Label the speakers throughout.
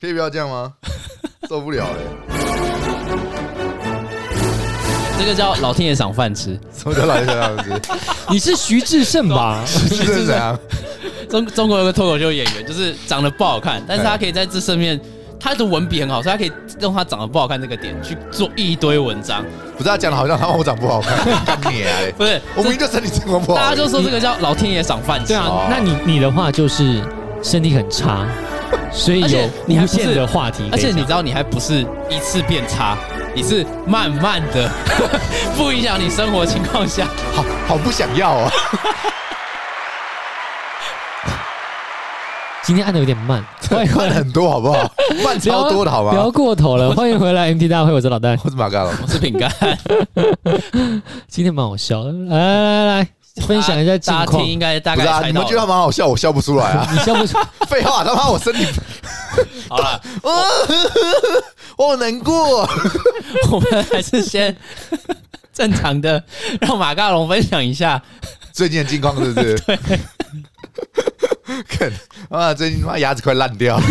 Speaker 1: 可以不要这样 吗？受不了欸了、
Speaker 2: 这个叫老天爷赏饭吃。
Speaker 1: 什么叫老先生老 师？
Speaker 3: 你是徐志胜吧？
Speaker 1: 是这样？
Speaker 2: 中中国有个脱口秀演员，就是长得不好看，但是他可以在这上面，他的文笔很好，所以他可以用他长得不好看这个点去做一堆文章。
Speaker 1: 不是他讲的好像他我长不好看，干你啊！
Speaker 2: 不是，
Speaker 1: 我明明就身体情况不好，
Speaker 2: 大家就说这个叫老天爷赏饭吃。
Speaker 3: 对啊
Speaker 1: 哦，
Speaker 3: 那你你的话就是身体很 差，所以
Speaker 2: 而
Speaker 3: 有
Speaker 2: 且你还
Speaker 3: 无
Speaker 2: 不是
Speaker 3: 限的话题可
Speaker 2: 而
Speaker 3: 以讲。
Speaker 2: 且你知道，你还不是一次变差，你是慢慢的， 不影响你生活情况下。
Speaker 1: 好好不想要哦。
Speaker 3: 今天按的有点 慢，欢迎回
Speaker 1: 慢
Speaker 3: 来，
Speaker 1: 很多好不好？慢
Speaker 3: 不要
Speaker 1: 超多的好
Speaker 3: 聊
Speaker 1: 吗？
Speaker 3: 过头了， 欢迎回来 MT 大会，我是老戴，
Speaker 1: 我怎么干了？
Speaker 2: 我是饼干，
Speaker 3: 今天蛮好笑的，来来来来，分享一下近
Speaker 2: 大家
Speaker 3: 况
Speaker 2: 听。应该大
Speaker 1: 不
Speaker 2: 概
Speaker 1: 是啊，
Speaker 2: 猜
Speaker 1: 你
Speaker 2: 到
Speaker 1: 们
Speaker 2: 了。
Speaker 1: 觉得他蛮好笑，我笑不出来 啊。
Speaker 3: 你笑不出，
Speaker 1: 废话，他妈我身体，
Speaker 2: 好了，
Speaker 1: 我好难过。
Speaker 2: 我们还是先 正常的让马嘎龙分享一下。
Speaker 1: 最近的近况是不 是？对。 看啊，最近他妈牙齿快烂掉了。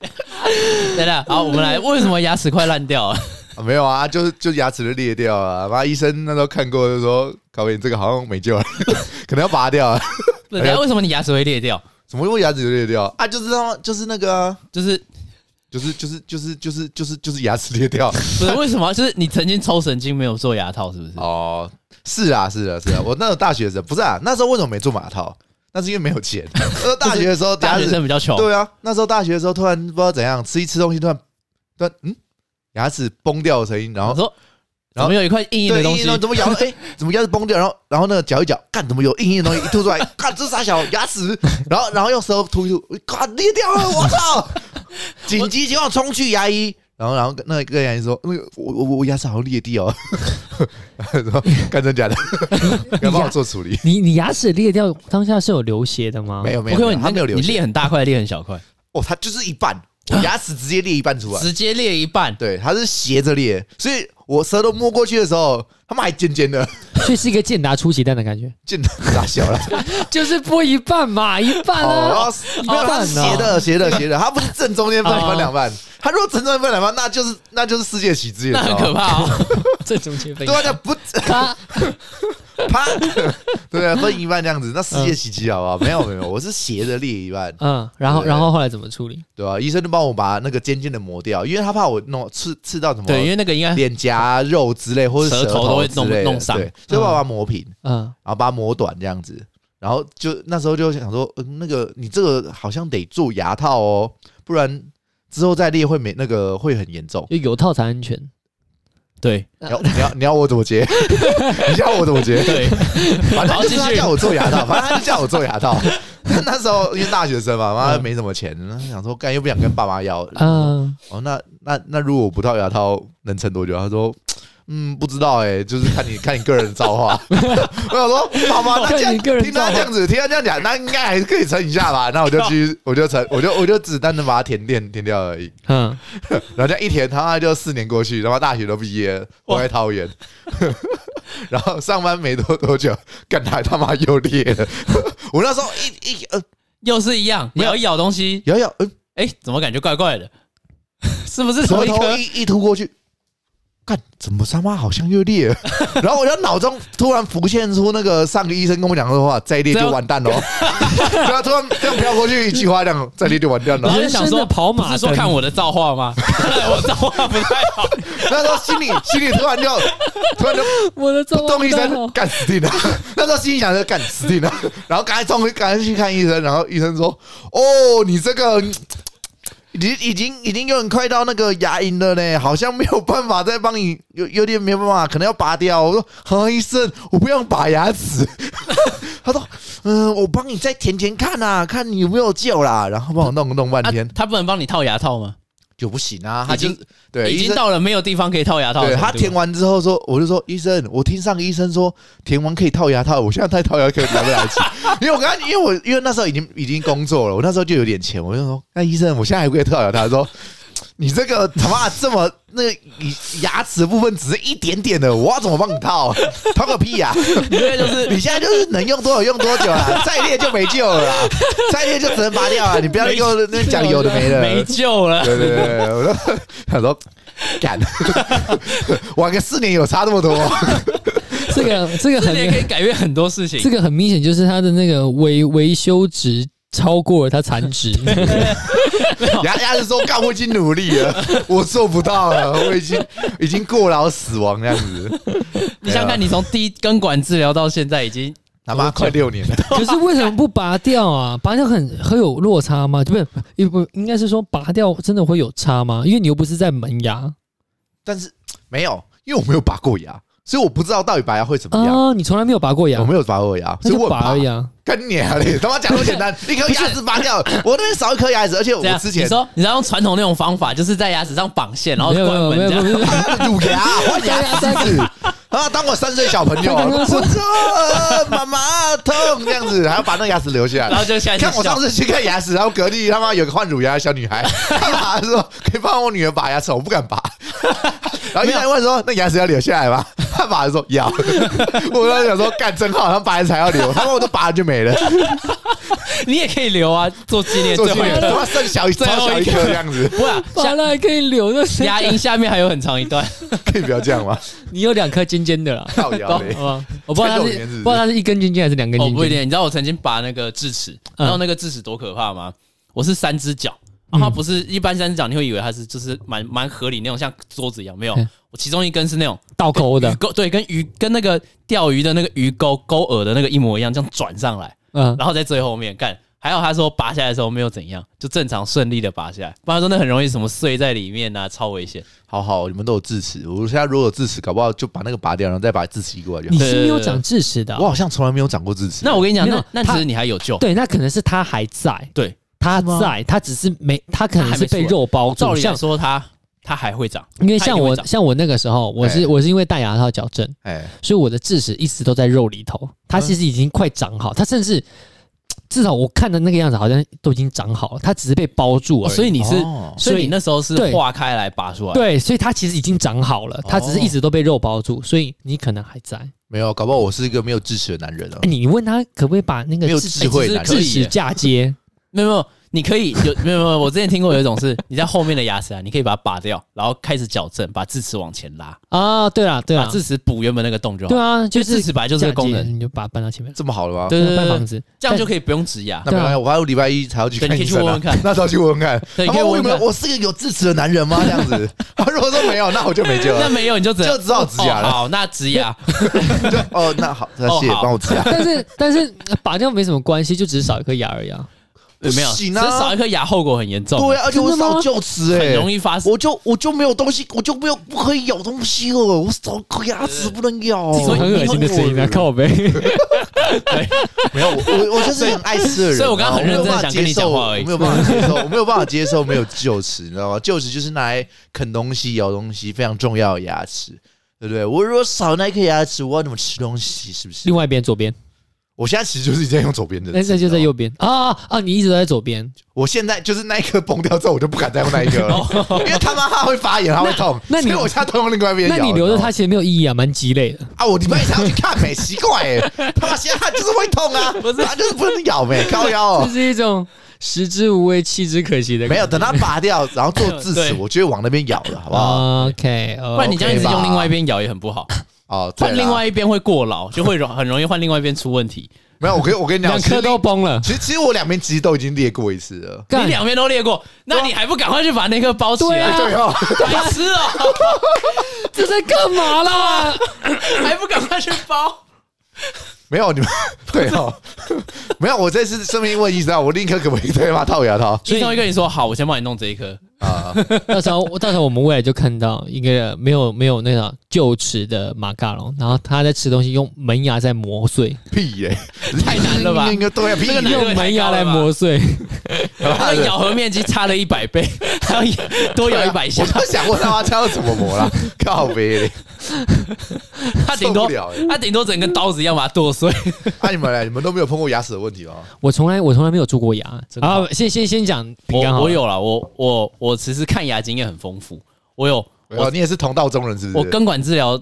Speaker 2: 等等，好，我们来，为什么牙齿快烂 掉了？
Speaker 1: 啊没有啊，就是就牙齿就裂掉啊。妈，医生那时候看过就说，高伟你这个好像没救了，啊 可能要拔掉啊。
Speaker 2: 不是等一下为什么你牙齿会裂掉？
Speaker 1: 怎么会牙齿就裂掉啊？就是他妈就是那个啊，
Speaker 2: 就是
Speaker 1: 就是就是就是就是就是就是牙齿裂 掉。
Speaker 2: 不是 为什么？就是你曾经抽神经没有做牙套，是不是？
Speaker 1: 哦，是啊，是啊，是啊，我那时候大学生不是啊，那时候为什么没做马套？那是因为没有 钱。那时候大学的时候，
Speaker 2: 大学生比较穷，
Speaker 1: 对啊，那时候大学的时候突然不知道怎样，吃一吃东西突然突然嗯，牙齿崩掉的声音，然
Speaker 2: 我
Speaker 1: 后
Speaker 2: 说怎
Speaker 1: 然后
Speaker 2: 么有一块硬硬
Speaker 1: 哦对
Speaker 2: 的东
Speaker 1: 硬
Speaker 2: 西
Speaker 1: 硬？的怎么 咬？哎、怎么牙齿崩掉？然后然后那个嚼一嚼，干怎么有硬硬的东西一吐出来？ 干这是啥小牙齿？然后然后用舌头吐一吐， 干裂掉了！我操！紧急情况冲去牙医。然后，然后那个牙医说：“那个我我我我牙齿好像裂地哦。”说：“干真假的？ 要帮我做 处理？
Speaker 3: 你你牙齿裂掉，当下是有流血的吗？
Speaker 1: 没有
Speaker 2: 我
Speaker 1: 没
Speaker 2: 跟
Speaker 1: 有，没有
Speaker 2: 你说，你
Speaker 1: 他没有
Speaker 2: 那个
Speaker 1: 流
Speaker 2: 你
Speaker 1: 血
Speaker 2: 裂很大块，裂很小 块，
Speaker 1: 哦，他就是一半，我牙齿直接裂一半出来。
Speaker 2: 直接裂一半。
Speaker 1: 对，它是斜着裂，所以我舌头摸过去的时候，他们还尖尖的，
Speaker 3: 所以是一个健达出奇蛋的感觉，
Speaker 1: 尖的大小了。
Speaker 3: 就是剥一半嘛，一半
Speaker 1: 哦，然
Speaker 3: 啊。
Speaker 1: 后没有，它是
Speaker 2: 哦
Speaker 1: 斜的，斜的，斜的，它不是正中间分一
Speaker 3: 哦
Speaker 1: 分两半。它如果正中间分两半，那就是那就是世界奇迹
Speaker 2: 那
Speaker 1: 了，
Speaker 2: 很可
Speaker 1: 怕。
Speaker 2: 怕哦！
Speaker 3: 这中间分
Speaker 1: 对啊，那不
Speaker 3: 他
Speaker 1: 啪，对啊，分一半这样子，那世
Speaker 2: 嗯
Speaker 1: 界奇迹好不好？没有没有，我是斜着裂一半，
Speaker 3: 嗯，然后
Speaker 1: 对
Speaker 3: 然后后来怎么处理？
Speaker 1: 对吧？医生就帮我把那个尖尖的磨掉，因为他怕我弄刺刺到什么
Speaker 2: 对，因为那个应该
Speaker 1: 脸颊肉之类，或者
Speaker 2: 舌头都会弄
Speaker 1: 之类的
Speaker 2: 弄伤
Speaker 1: 对所以我把它磨平。
Speaker 3: 嗯，
Speaker 1: 然后把它磨短这样子。然后就那时候就想说，嗯，那个你这个好像得做牙套哦，不然之后再裂会没那个会很严重。
Speaker 3: 就有套才安全。
Speaker 2: 对
Speaker 1: 你要你要你要我怎么接？ 你要我怎么接？
Speaker 2: 嗯对，
Speaker 1: 反正就是他
Speaker 2: 好继续
Speaker 1: 叫我做牙套，反正他就叫我做牙 套。那那时候因为大学生嘛，
Speaker 2: 嗯
Speaker 1: 妈没什么钱，那想说干又不想跟爸妈要。
Speaker 3: 嗯，
Speaker 1: 哦，那那那如果我不套牙套能撑多久？他说。嗯，不知道哎、就是看你 看你个人造化。 我想说，好吧，那这样
Speaker 3: 看你个人
Speaker 1: 听他
Speaker 3: 造化
Speaker 1: 这样子，听他这样讲，那应该还是可以撑一下吧。那我就继续，我就撑，我就我就只单纯把它填垫填掉而已。
Speaker 3: 嗯，
Speaker 1: 然后这样一填，他妈就四年过去，他妈大学都毕业了，我在桃园。 然后上班没多多久，干他他妈又裂了。 我那时候一一呃
Speaker 2: 又是一样，你要咬东西，
Speaker 1: 咬咬，嗯，
Speaker 2: 哎，怎么感觉怪怪的？ 是不是同
Speaker 1: 舌
Speaker 2: 一
Speaker 1: 头
Speaker 2: 颗？
Speaker 1: 一一突过去，看怎么他妈好像又裂了。 然后我就脑中突然浮现出那个上个医生跟我讲的话，再裂就完蛋喽。哦 对啊，突然这样飘过去一句话，这样再裂就完蛋
Speaker 2: 然
Speaker 1: 了。哦
Speaker 2: 后就想
Speaker 3: 人生
Speaker 2: 说
Speaker 3: 的跑马
Speaker 2: 不是说
Speaker 3: 灯
Speaker 2: 看我的造化吗？ 看来我造化不太好。
Speaker 1: 那时候心里心里突然就突然就
Speaker 3: 我的
Speaker 1: 不
Speaker 2: 啊
Speaker 3: 中
Speaker 1: 动医生干死定了。 那时候心里想着干死定了， 然后赶快冲回赶快去看医生，然后医生说：“哦，你这个。”已经已经已经有点快到那个牙龈了嘞，好像没有办法再帮你，有有点没有办法，可能要拔掉。我说，何医生，我不想拔牙齿。 他说，嗯、我帮你再填填看啊，看你有没有救啦。然后帮我弄弄半
Speaker 2: 啊
Speaker 1: 天、
Speaker 2: 他不能帮你套牙套吗？
Speaker 1: 就不行啊，他
Speaker 2: 已
Speaker 1: 就
Speaker 2: 经
Speaker 1: 对
Speaker 2: 已
Speaker 1: 医
Speaker 2: 经
Speaker 1: 生
Speaker 2: 到了没有地方可以套牙套的
Speaker 1: 对
Speaker 2: 程度了。
Speaker 1: 他填完之后说，我就说医生，我听上个医生说填完可以套牙套，我现在戴套牙可以来不 来得及？因为我刚刚因为我因为那时候已经已经工作了，我那时候就有点钱，我就说那医生，我现在还可以套牙套，他说你这个他妈这么那个牙齿的部分只是一点点的，我要怎么帮你套？ 套个屁呀、
Speaker 2: 因为 就是
Speaker 1: 你现在就是能用多久用多久啦，再裂就没救了啦，再裂就只能拔掉啊！你不要给我那讲有的没 的。
Speaker 3: 没救了。
Speaker 1: 对对对对，我说他说干， 玩个四年有差那么多？
Speaker 3: 这个这个
Speaker 2: 这
Speaker 3: 很
Speaker 2: 年可以改变很多事情
Speaker 3: 这。个很明显就是它的那个维维修值超过了它残值，
Speaker 1: 牙牙齿说干，我已经努力了，我做不到了，我已经已经过劳死亡这样子。
Speaker 2: 你想想看，你从第一根管治疗到现在已经
Speaker 1: 他妈快六年了，
Speaker 3: 可是为什么不拔掉啊？拔掉很很有落差吗？不是，也不应该是说拔掉真的会有差吗？因为你又不是在门牙
Speaker 1: 但是没有，因为我没有拔过牙，所以我不知道到底拔牙会怎么样。
Speaker 3: 啊，你从来没有拔过牙
Speaker 1: 我，没有拔过牙，
Speaker 3: 那
Speaker 1: 所以我
Speaker 3: 就
Speaker 1: 很
Speaker 3: 拔
Speaker 1: 怕
Speaker 3: 而已。啊。
Speaker 1: 跟你啊，你他妈讲那么简单，一颗牙齿拔掉，我那边少一颗牙齿，而且我
Speaker 2: 这样。
Speaker 1: 之前
Speaker 2: 你说你知道用传统那种方法，就是在牙齿上绑线，然后
Speaker 3: 没有没
Speaker 2: 关
Speaker 3: 有
Speaker 2: 门
Speaker 3: 没有
Speaker 2: 这
Speaker 3: 没有
Speaker 2: 样。
Speaker 3: 没有，没有
Speaker 1: 乳 牙换牙齿啊，当我三岁小朋友，啊
Speaker 3: 他刚刚说
Speaker 1: 我这妈妈痛这样子，还要把那个牙齿留下
Speaker 2: 然后
Speaker 1: 来。
Speaker 2: 就下去
Speaker 1: 看我上
Speaker 2: 笑，
Speaker 1: 次去看牙齿，然后隔壁他妈有个换乳牙的小女孩，她拔说可以帮我女儿拔牙齿，我不 敢拔。然后医生问说：“那牙齿要留下来吗？”她拔的说：“ 要。”我当时想说：“干真好，他拔牙齿还要留，他妈我都拔了就没了，
Speaker 2: 你也可以留啊，做纪念，
Speaker 1: 做
Speaker 2: 最
Speaker 1: 纪
Speaker 2: 后一
Speaker 1: 念，他
Speaker 2: 个。
Speaker 1: 妈剩小一超
Speaker 2: 最后
Speaker 1: 小
Speaker 2: 一
Speaker 1: 一
Speaker 2: 颗
Speaker 1: 颗这样子，
Speaker 2: 不啊，
Speaker 3: 拔
Speaker 2: 下
Speaker 3: 了还可以留着谁
Speaker 2: 牙龈下面还有很长一段，
Speaker 1: 可以不要这样吗？
Speaker 3: 你有两颗尖尖的啦，
Speaker 1: 造
Speaker 3: 好
Speaker 1: 谣嘞！
Speaker 3: 吧？我不知道
Speaker 1: 这
Speaker 3: 它
Speaker 1: 种
Speaker 3: 是
Speaker 1: 原子
Speaker 3: 不知道它是一根尖尖还是两根
Speaker 2: 哦，
Speaker 3: 尖
Speaker 2: 不一
Speaker 3: 尖。
Speaker 2: 定。你知道我曾经拔那个智齿，
Speaker 3: 嗯嗯
Speaker 2: 然后那个智齿多可怕吗？我是三只脚，然后它不是一般三只脚，你会以为它是就是蛮蛮合理那种，像桌子一样，没有
Speaker 3: 嗯。
Speaker 2: 我其中一根是那种
Speaker 3: 倒
Speaker 2: 钩
Speaker 3: 扣的，
Speaker 2: 钩，对，跟鱼跟那个钓鱼的那个鱼钩钩饵的那个一模一样，这样转上来，
Speaker 3: 嗯，
Speaker 2: 然后在最后面干。还有他说拔下来的时候没有怎样，就正常顺利的拔下来。不然他说那很容易什么碎在里面啊，超危险。
Speaker 1: 好好，你们都有智齿，我现在如果有智齿，搞不好就把那个拔掉，然后再把智齿移过来就好
Speaker 3: 你。是没有长智齿的啊
Speaker 1: 我，好像从来没有长过智齿。
Speaker 2: 那我跟你讲，
Speaker 3: 没有
Speaker 2: 那那
Speaker 3: 他
Speaker 2: 其实你还有救。
Speaker 3: 对，那可能是它还在，
Speaker 2: 哦对，
Speaker 3: 它
Speaker 1: 是吗
Speaker 3: 在，它只是没，它可
Speaker 2: 它
Speaker 3: 能
Speaker 2: 还
Speaker 3: 是
Speaker 2: 没
Speaker 3: 被
Speaker 2: 出来
Speaker 3: 肉包
Speaker 2: 照
Speaker 3: 住，
Speaker 2: 理
Speaker 3: 像
Speaker 2: 来说，它它还会长，
Speaker 3: 因为
Speaker 2: 它一
Speaker 3: 像
Speaker 2: 定会
Speaker 3: 我
Speaker 2: 长
Speaker 3: 像我那个时候，我是
Speaker 1: 哎
Speaker 3: 我是因为戴牙套矫正，
Speaker 1: 哎，
Speaker 3: 所以我的智齿一直都在肉里头，
Speaker 2: 嗯
Speaker 3: 它其实已经快长好，它甚至至少我看的那个样子好像都已经长好了，它只是被包住而
Speaker 2: 哦
Speaker 3: 已。
Speaker 2: 所以你是
Speaker 1: 哦，
Speaker 2: 所
Speaker 3: 所
Speaker 2: 以
Speaker 3: 以
Speaker 2: 你那时候是
Speaker 3: 对
Speaker 2: 化开来拔出来。
Speaker 3: 对，所以它其实已经长好
Speaker 2: 哦
Speaker 3: 了，它只是一直都被肉包住，所以你可能还在。
Speaker 1: 没有，搞不好我是一个没有智齿的男人哦
Speaker 3: 哎。你问他可不可以把那个
Speaker 1: 没有
Speaker 3: 智
Speaker 1: 智慧
Speaker 3: 哎
Speaker 1: 男
Speaker 3: 智
Speaker 2: 人
Speaker 3: 智齿嫁 接？
Speaker 2: 没有没有，你可以有 没有没有，我之前听过有一种是你在后面的牙齿啊，你可以把它拔掉，然后开始矫正，把智齿往前拉，
Speaker 3: 啊，对啦对
Speaker 2: 把
Speaker 3: 啦，
Speaker 2: 智齿补原本那个洞就好
Speaker 3: 对。啊，就
Speaker 2: 因为
Speaker 3: 是
Speaker 2: 智齿本来就是这个功
Speaker 3: 嫁接
Speaker 2: 能，
Speaker 3: 你就把它搬到前面来，
Speaker 1: 这么好了吗？
Speaker 2: 对啊对
Speaker 3: 搬
Speaker 2: 对
Speaker 3: 房
Speaker 2: 对，
Speaker 3: 子。
Speaker 2: 这样就可以不用植牙。
Speaker 1: 那没关系，我还有礼拜一才要去
Speaker 2: 对
Speaker 1: 看
Speaker 2: 你可
Speaker 1: 医
Speaker 2: 以去
Speaker 1: 生啊
Speaker 2: 问问。看
Speaker 1: 那时候去问问看，
Speaker 2: 对你可
Speaker 1: 他
Speaker 2: 以
Speaker 1: 妈
Speaker 2: 问问
Speaker 1: 有没有
Speaker 2: 看
Speaker 1: 我是个有智齿的男人吗？这样子， 他如果说没有，那我就没救
Speaker 2: 那
Speaker 1: 了，
Speaker 2: 没有你就只
Speaker 1: 就只好植牙
Speaker 2: 哦
Speaker 1: 了。
Speaker 2: 好，那 植牙，
Speaker 1: 就哦，那好，那谢谢
Speaker 2: 哦好
Speaker 1: 帮我 植牙。
Speaker 3: 但是 但是拔掉没什么关系，就只是少一颗牙而已啊。
Speaker 1: 不
Speaker 2: 没有，只
Speaker 1: 行
Speaker 2: 是
Speaker 1: 啊
Speaker 2: 少一颗牙后果很严重，
Speaker 1: 对啊，而且我
Speaker 3: 真的
Speaker 1: 少
Speaker 3: 吗
Speaker 1: 臼齿
Speaker 2: 很
Speaker 1: 哎，
Speaker 2: 容易发生。
Speaker 1: 我就我就没有东西，我就没有不可以咬东西了，我少颗牙齿不能咬，
Speaker 2: 这种很恶心的声
Speaker 1: 我
Speaker 3: 啊靠呗。
Speaker 1: 没有，我我我就是很爱吃的人啊，
Speaker 2: 所以我刚刚很认真地想跟你讲话而已
Speaker 1: 我没有办法接受，我没有办法接受没有臼齿，你知道吗？臼齿就是拿来啃东西、咬东西非常重要的牙齿，对不对？我如果少那一颗牙齿，我要怎么吃东西？是不是
Speaker 3: 另？外一边左边，
Speaker 1: 我现在其实就是在用左边的，
Speaker 3: 那这就
Speaker 1: 你知道
Speaker 3: 在
Speaker 1: 吗。
Speaker 3: 右边啊啊啊！你一直都在左边，
Speaker 1: 我现在就是那一颗崩掉之后，我就不敢再用那一 颗了，因为他妈它会发炎，它会痛，
Speaker 3: 那你
Speaker 1: 所以我现在都用另外一边咬。
Speaker 3: 那你留着
Speaker 1: 知道吗
Speaker 3: 它其实没有意义啊，蛮鸡肋的。
Speaker 1: 啊！我礼拜一才要去看呗，奇怪 哎，他妈现在它就是会痛啊，不是它就是不能咬呗， 高腰哦
Speaker 3: 这。是一种食之无味，弃之可惜的
Speaker 1: 没
Speaker 3: 感觉。
Speaker 1: 有，等它拔掉，然后做智
Speaker 2: 对哦
Speaker 1: 齿，我就会往那边咬了，好不好？
Speaker 3: OK，
Speaker 2: 不然你这样一直
Speaker 1: OK 吧
Speaker 2: 用另外一边咬也很不好，
Speaker 1: 哦，对
Speaker 2: 换
Speaker 1: 啦
Speaker 2: 另外一边会过劳，就会容很容易换另外一边出问题。
Speaker 1: 没有，我跟我跟你讲，
Speaker 3: 两
Speaker 1: 其实
Speaker 3: 颗都 崩了。
Speaker 1: 其实其实我两边其实都已经裂过一次了。
Speaker 2: 你
Speaker 3: 干
Speaker 2: 两边都裂过，那你还不赶快去把那颗包起来？
Speaker 1: 啊对哦，
Speaker 2: 白痴哦，
Speaker 3: 这在干嘛 啦？
Speaker 2: 还不赶快去包？
Speaker 1: 没有你 们对哦，没有。我这次顺便问医生啊，我另一颗可不可以再把它套牙套
Speaker 2: 医生会跟你说好，我先帮你弄这一颗。
Speaker 1: 啊？
Speaker 3: 到时候到时候我们未来就看到一个没有没有那个臼齿的马卡龙，然后他在吃东西用门牙在磨碎，
Speaker 1: 屁耶，
Speaker 2: 太难了吧
Speaker 1: 那个对啊，屁
Speaker 2: 那个难
Speaker 1: 耶，啊
Speaker 2: 度也太
Speaker 3: 用
Speaker 2: 高了吧
Speaker 3: 门牙来磨碎，
Speaker 2: 他的咬合面积差了一百倍， 还要咬多咬一百下
Speaker 1: 我，就想问他妈他要怎么 磨啦？靠背嘞，
Speaker 2: 他顶多
Speaker 1: 受不了欸
Speaker 2: 他顶多整根刀子一样把它剁 碎。
Speaker 1: 啊你们嘞，你们都没有碰过牙齿的问题吗？
Speaker 3: 我从来我从来没有蛀过牙。
Speaker 2: 真的
Speaker 3: 啊，先先先讲饼干好
Speaker 2: 我
Speaker 3: 了
Speaker 2: 我有了，我我我其实看牙经验很丰富，我有
Speaker 1: 哦，
Speaker 2: 我
Speaker 1: 你也是同道中人是不
Speaker 2: 我
Speaker 1: 是？
Speaker 2: 根管治疗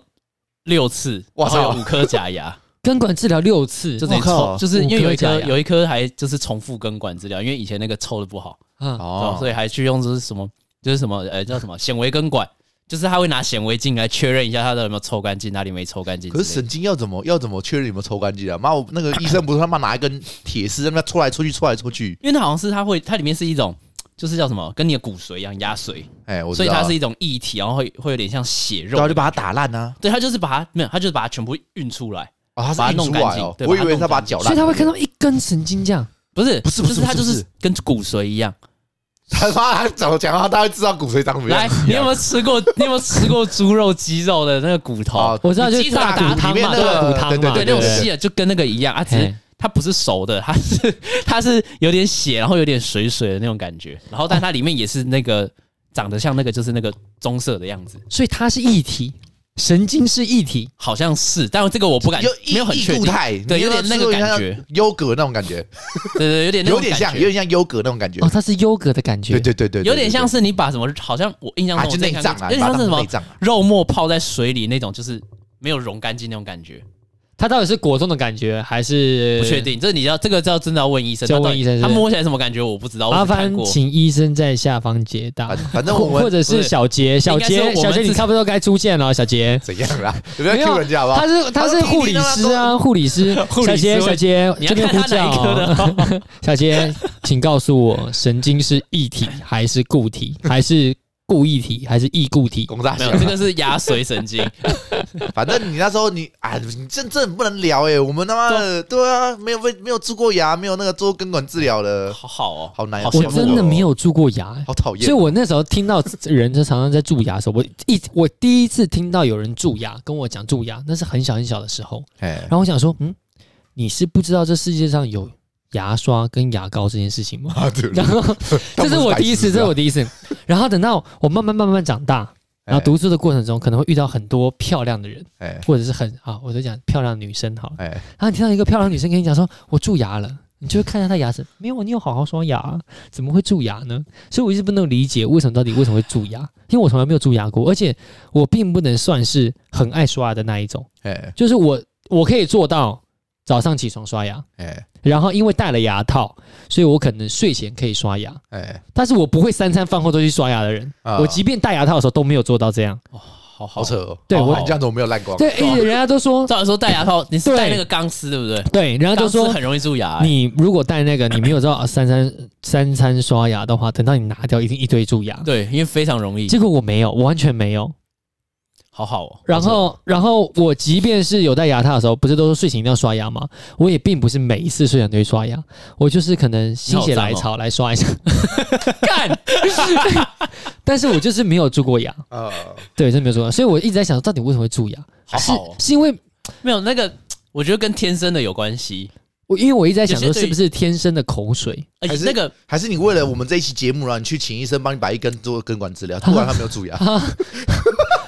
Speaker 2: 六次，
Speaker 1: 哇
Speaker 2: 然
Speaker 1: 操
Speaker 2: 后有五颗 假牙，
Speaker 3: 根管治疗六次，
Speaker 2: 就等于
Speaker 1: 我靠
Speaker 2: 抽，就是因为有一颗
Speaker 3: 五颗假牙
Speaker 2: 有一颗还就是重复根管治疗，因为以前那个抽的不好，
Speaker 3: 啊，
Speaker 2: 哦，所以还去用就是什么就是什么呃叫什么显微根管。就是他会拿显微镜来确认一下他的有没有抽干净，哪里没抽干净之
Speaker 1: 可
Speaker 2: 类的。
Speaker 1: 是神经要怎么要怎么确认有没有抽干净啊？妈，我那个医生不是他妈拿一根铁丝在那边戳来戳去，戳来戳去。
Speaker 2: 因为它好像是它会，它里面是一种就是叫什么，跟你的骨髓一样压髓，
Speaker 1: 哎，我知
Speaker 2: 所以
Speaker 1: 道啊
Speaker 2: 它是一种液体，然后会会有点像血
Speaker 1: 对啊，
Speaker 2: 肉
Speaker 1: 就。把它打烂啊！
Speaker 2: 对，它就是把它没有，它就是把它全部运出来，
Speaker 1: 啊，他是
Speaker 2: 把它
Speaker 1: 印
Speaker 2: 弄
Speaker 1: 出
Speaker 2: 干
Speaker 1: 来
Speaker 2: 净
Speaker 1: 哦，
Speaker 2: 对
Speaker 1: 我以
Speaker 2: 把它
Speaker 1: 为
Speaker 2: 弄
Speaker 1: 他把它
Speaker 2: 干
Speaker 1: 搅
Speaker 2: 净
Speaker 1: 烂，
Speaker 3: 所以他会看到一根神经这样，
Speaker 2: 不是
Speaker 1: 不是
Speaker 2: 就
Speaker 1: 不是
Speaker 2: 是它
Speaker 1: 不
Speaker 2: 就是是跟骨髓一样。
Speaker 1: 他妈他怎么讲 话，他会知道骨髓长什么
Speaker 2: 来
Speaker 1: 样子啊。，
Speaker 2: 你有没有吃过？你有没有吃过猪肉、鸡肉的那个骨头
Speaker 1: 哦？
Speaker 3: 我知道就是
Speaker 2: 鸡爪
Speaker 3: 骨
Speaker 2: 打
Speaker 3: 汤
Speaker 1: 里面
Speaker 3: 嘛，
Speaker 1: 那
Speaker 3: 对吧
Speaker 1: 个
Speaker 3: 骨汤
Speaker 1: 对
Speaker 3: 嘛，
Speaker 2: 对，
Speaker 1: 对
Speaker 2: 那种
Speaker 1: 对
Speaker 2: 细的就跟那个一样，啊它只
Speaker 3: 嘿
Speaker 2: 是它不是熟的， 它是它是有点血，然后有点水水的那种感觉，然后但它里面也是那个长得像那个就是那个棕色的样子。
Speaker 3: 所以它是一体，神经是一体，
Speaker 2: 好像是，但这个我不敢，
Speaker 1: 有
Speaker 2: 没有很
Speaker 1: 异
Speaker 2: 确
Speaker 1: 固
Speaker 2: 定。
Speaker 1: 态，
Speaker 2: 对，
Speaker 1: 你
Speaker 2: 有点那
Speaker 1: 吃
Speaker 2: 个
Speaker 1: 过
Speaker 2: 感觉，
Speaker 1: 像优格那种感觉，
Speaker 2: 对对，有点那
Speaker 1: 有
Speaker 2: 种
Speaker 1: 点
Speaker 2: 感
Speaker 1: 像，
Speaker 2: 觉
Speaker 1: 有点像优格那种感觉
Speaker 3: 哦，。它是优格的感觉
Speaker 1: 对，对对对，对
Speaker 2: 有点像
Speaker 1: 对
Speaker 2: 是你把什么，好像我印象
Speaker 1: 啊，
Speaker 2: 中
Speaker 1: 就内脏啊，
Speaker 2: 有点像是什
Speaker 1: 你把它当
Speaker 2: 么
Speaker 1: 内脏啊。
Speaker 2: 肉末泡在水里那种，就是没有溶干净那种感觉。
Speaker 3: 它到底是果冻的感觉还是
Speaker 2: 不确？定，这你要这个要真的要问医生，
Speaker 3: 就要
Speaker 2: 他到
Speaker 1: 啊
Speaker 2: 底
Speaker 3: 问医生是不
Speaker 2: 他
Speaker 3: 是
Speaker 2: 摸起来什么感觉我不知道，
Speaker 3: 麻
Speaker 2: 我只看
Speaker 3: 烦
Speaker 2: 过。
Speaker 3: 请医生在下方解答
Speaker 1: 反，反正我
Speaker 3: 或
Speaker 1: 们
Speaker 3: 者是小杰，小
Speaker 2: 应该是我
Speaker 3: 杰，
Speaker 2: 们
Speaker 3: 小杰，
Speaker 2: 自己
Speaker 3: 你差不多该出现了，小杰。
Speaker 1: 怎样 啦？不要
Speaker 3: 啊没有
Speaker 1: Q 人家好不好
Speaker 3: 他？是他是护理师啊，护理师，
Speaker 2: 护
Speaker 3: 小
Speaker 2: 理师
Speaker 3: 杰
Speaker 2: 会
Speaker 3: 小杰
Speaker 2: 你要
Speaker 3: 这边
Speaker 2: 看
Speaker 1: 啊
Speaker 2: 他
Speaker 3: 呼叫
Speaker 2: 哪一颗
Speaker 3: 哦，
Speaker 2: 的？
Speaker 3: 小杰，请告诉我，神经是一体还是 固体，还是固异体还是异固体？
Speaker 1: 公大
Speaker 2: 没
Speaker 1: 小
Speaker 2: 有，，这个是牙髓神经。
Speaker 1: 反正你那时候你啊，你真这很不能聊哎，我们他妈的对啊，没有被没有蛀过牙，没有那个做过根管治疗 的，
Speaker 2: 好好哦，
Speaker 1: 好难
Speaker 2: 好
Speaker 3: 我
Speaker 2: 羡慕
Speaker 3: 真的没有蛀过牙，
Speaker 1: 啊好讨厌。
Speaker 3: 所以我那时候听到人就常常在蛀牙的时候，我一我第一次听到有人蛀牙跟我讲蛀牙，那是很小很小的时候。
Speaker 1: 哎
Speaker 3: 然，后我想说，嗯，你是不知道这世界上有牙刷跟牙膏这件事情吗？
Speaker 1: 啊对
Speaker 3: 然后这
Speaker 1: 啊
Speaker 3: 是我第一次，这
Speaker 1: 哎
Speaker 3: 是我第一次。然后等到我慢慢慢慢长大，然后读书的过程中，可能会遇到很多漂亮的人，
Speaker 1: 哎
Speaker 3: 或者是很啊，我就讲漂亮女生好了。
Speaker 1: 哎，
Speaker 3: 然后你听到一个漂亮女生跟你讲说：“我蛀牙了。”你就会看一下她牙齿，没有，你有好好刷牙啊，怎么会蛀牙呢？所以我一直不能理解为什么到底为什么会蛀牙，因为我从来没有蛀牙过，而且我并不能算是很爱刷牙的那一种，
Speaker 1: 哎
Speaker 3: 就是我我可以做到早上起床刷牙，
Speaker 1: 哎
Speaker 3: 然后因为戴了牙套，所以我可能睡前可以刷牙，
Speaker 1: 哎，
Speaker 3: 但是我不会三餐饭后都去刷牙的人，
Speaker 1: 啊
Speaker 3: 我即便戴牙套的时候都没有做到这样。
Speaker 2: 好
Speaker 1: 好
Speaker 2: 好
Speaker 1: 扯。哦。
Speaker 3: 对我
Speaker 1: 你这样子我没有烂光。
Speaker 3: 对，而且人家都说，
Speaker 2: 照理说戴牙套，你是
Speaker 3: 对
Speaker 2: 戴那个钢丝对不对？
Speaker 3: 对，人家都
Speaker 2: 钢丝
Speaker 3: 说
Speaker 2: 很容易蛀牙欸。
Speaker 3: 你如果戴那个，你没有知道 三餐三餐刷牙的话，等到你拿掉，一定一堆蛀牙。
Speaker 2: 哎对，因为非常容易。
Speaker 3: 结果我没有，我完全没有。
Speaker 2: 好好哦。
Speaker 3: 然后，然后我即便是有戴牙套的时候，不是都说睡前一定要刷牙吗？我也并不是每一次睡前都会刷牙，我就是可能心血来
Speaker 2: 哦
Speaker 3: 潮来刷一下，
Speaker 2: 干，
Speaker 3: 但是我就是没有蛀过牙，
Speaker 1: 啊，
Speaker 3: 对，真的没有蛀过牙。所以我一直在想，到底为什么会蛀牙？
Speaker 2: 好
Speaker 3: 是
Speaker 2: 好哦。
Speaker 3: 是因为
Speaker 2: 没有那个，我觉得跟天生的有关系，
Speaker 3: 我因为我一直在想说，
Speaker 2: 有些对
Speaker 3: 是不是天生的口水？
Speaker 2: 而
Speaker 1: 还
Speaker 2: 且
Speaker 1: 是
Speaker 2: 那个
Speaker 1: 还是你为了我们这一期节目，然后你去请医生帮你把一根做根管 治疗，不然他没有蛀牙，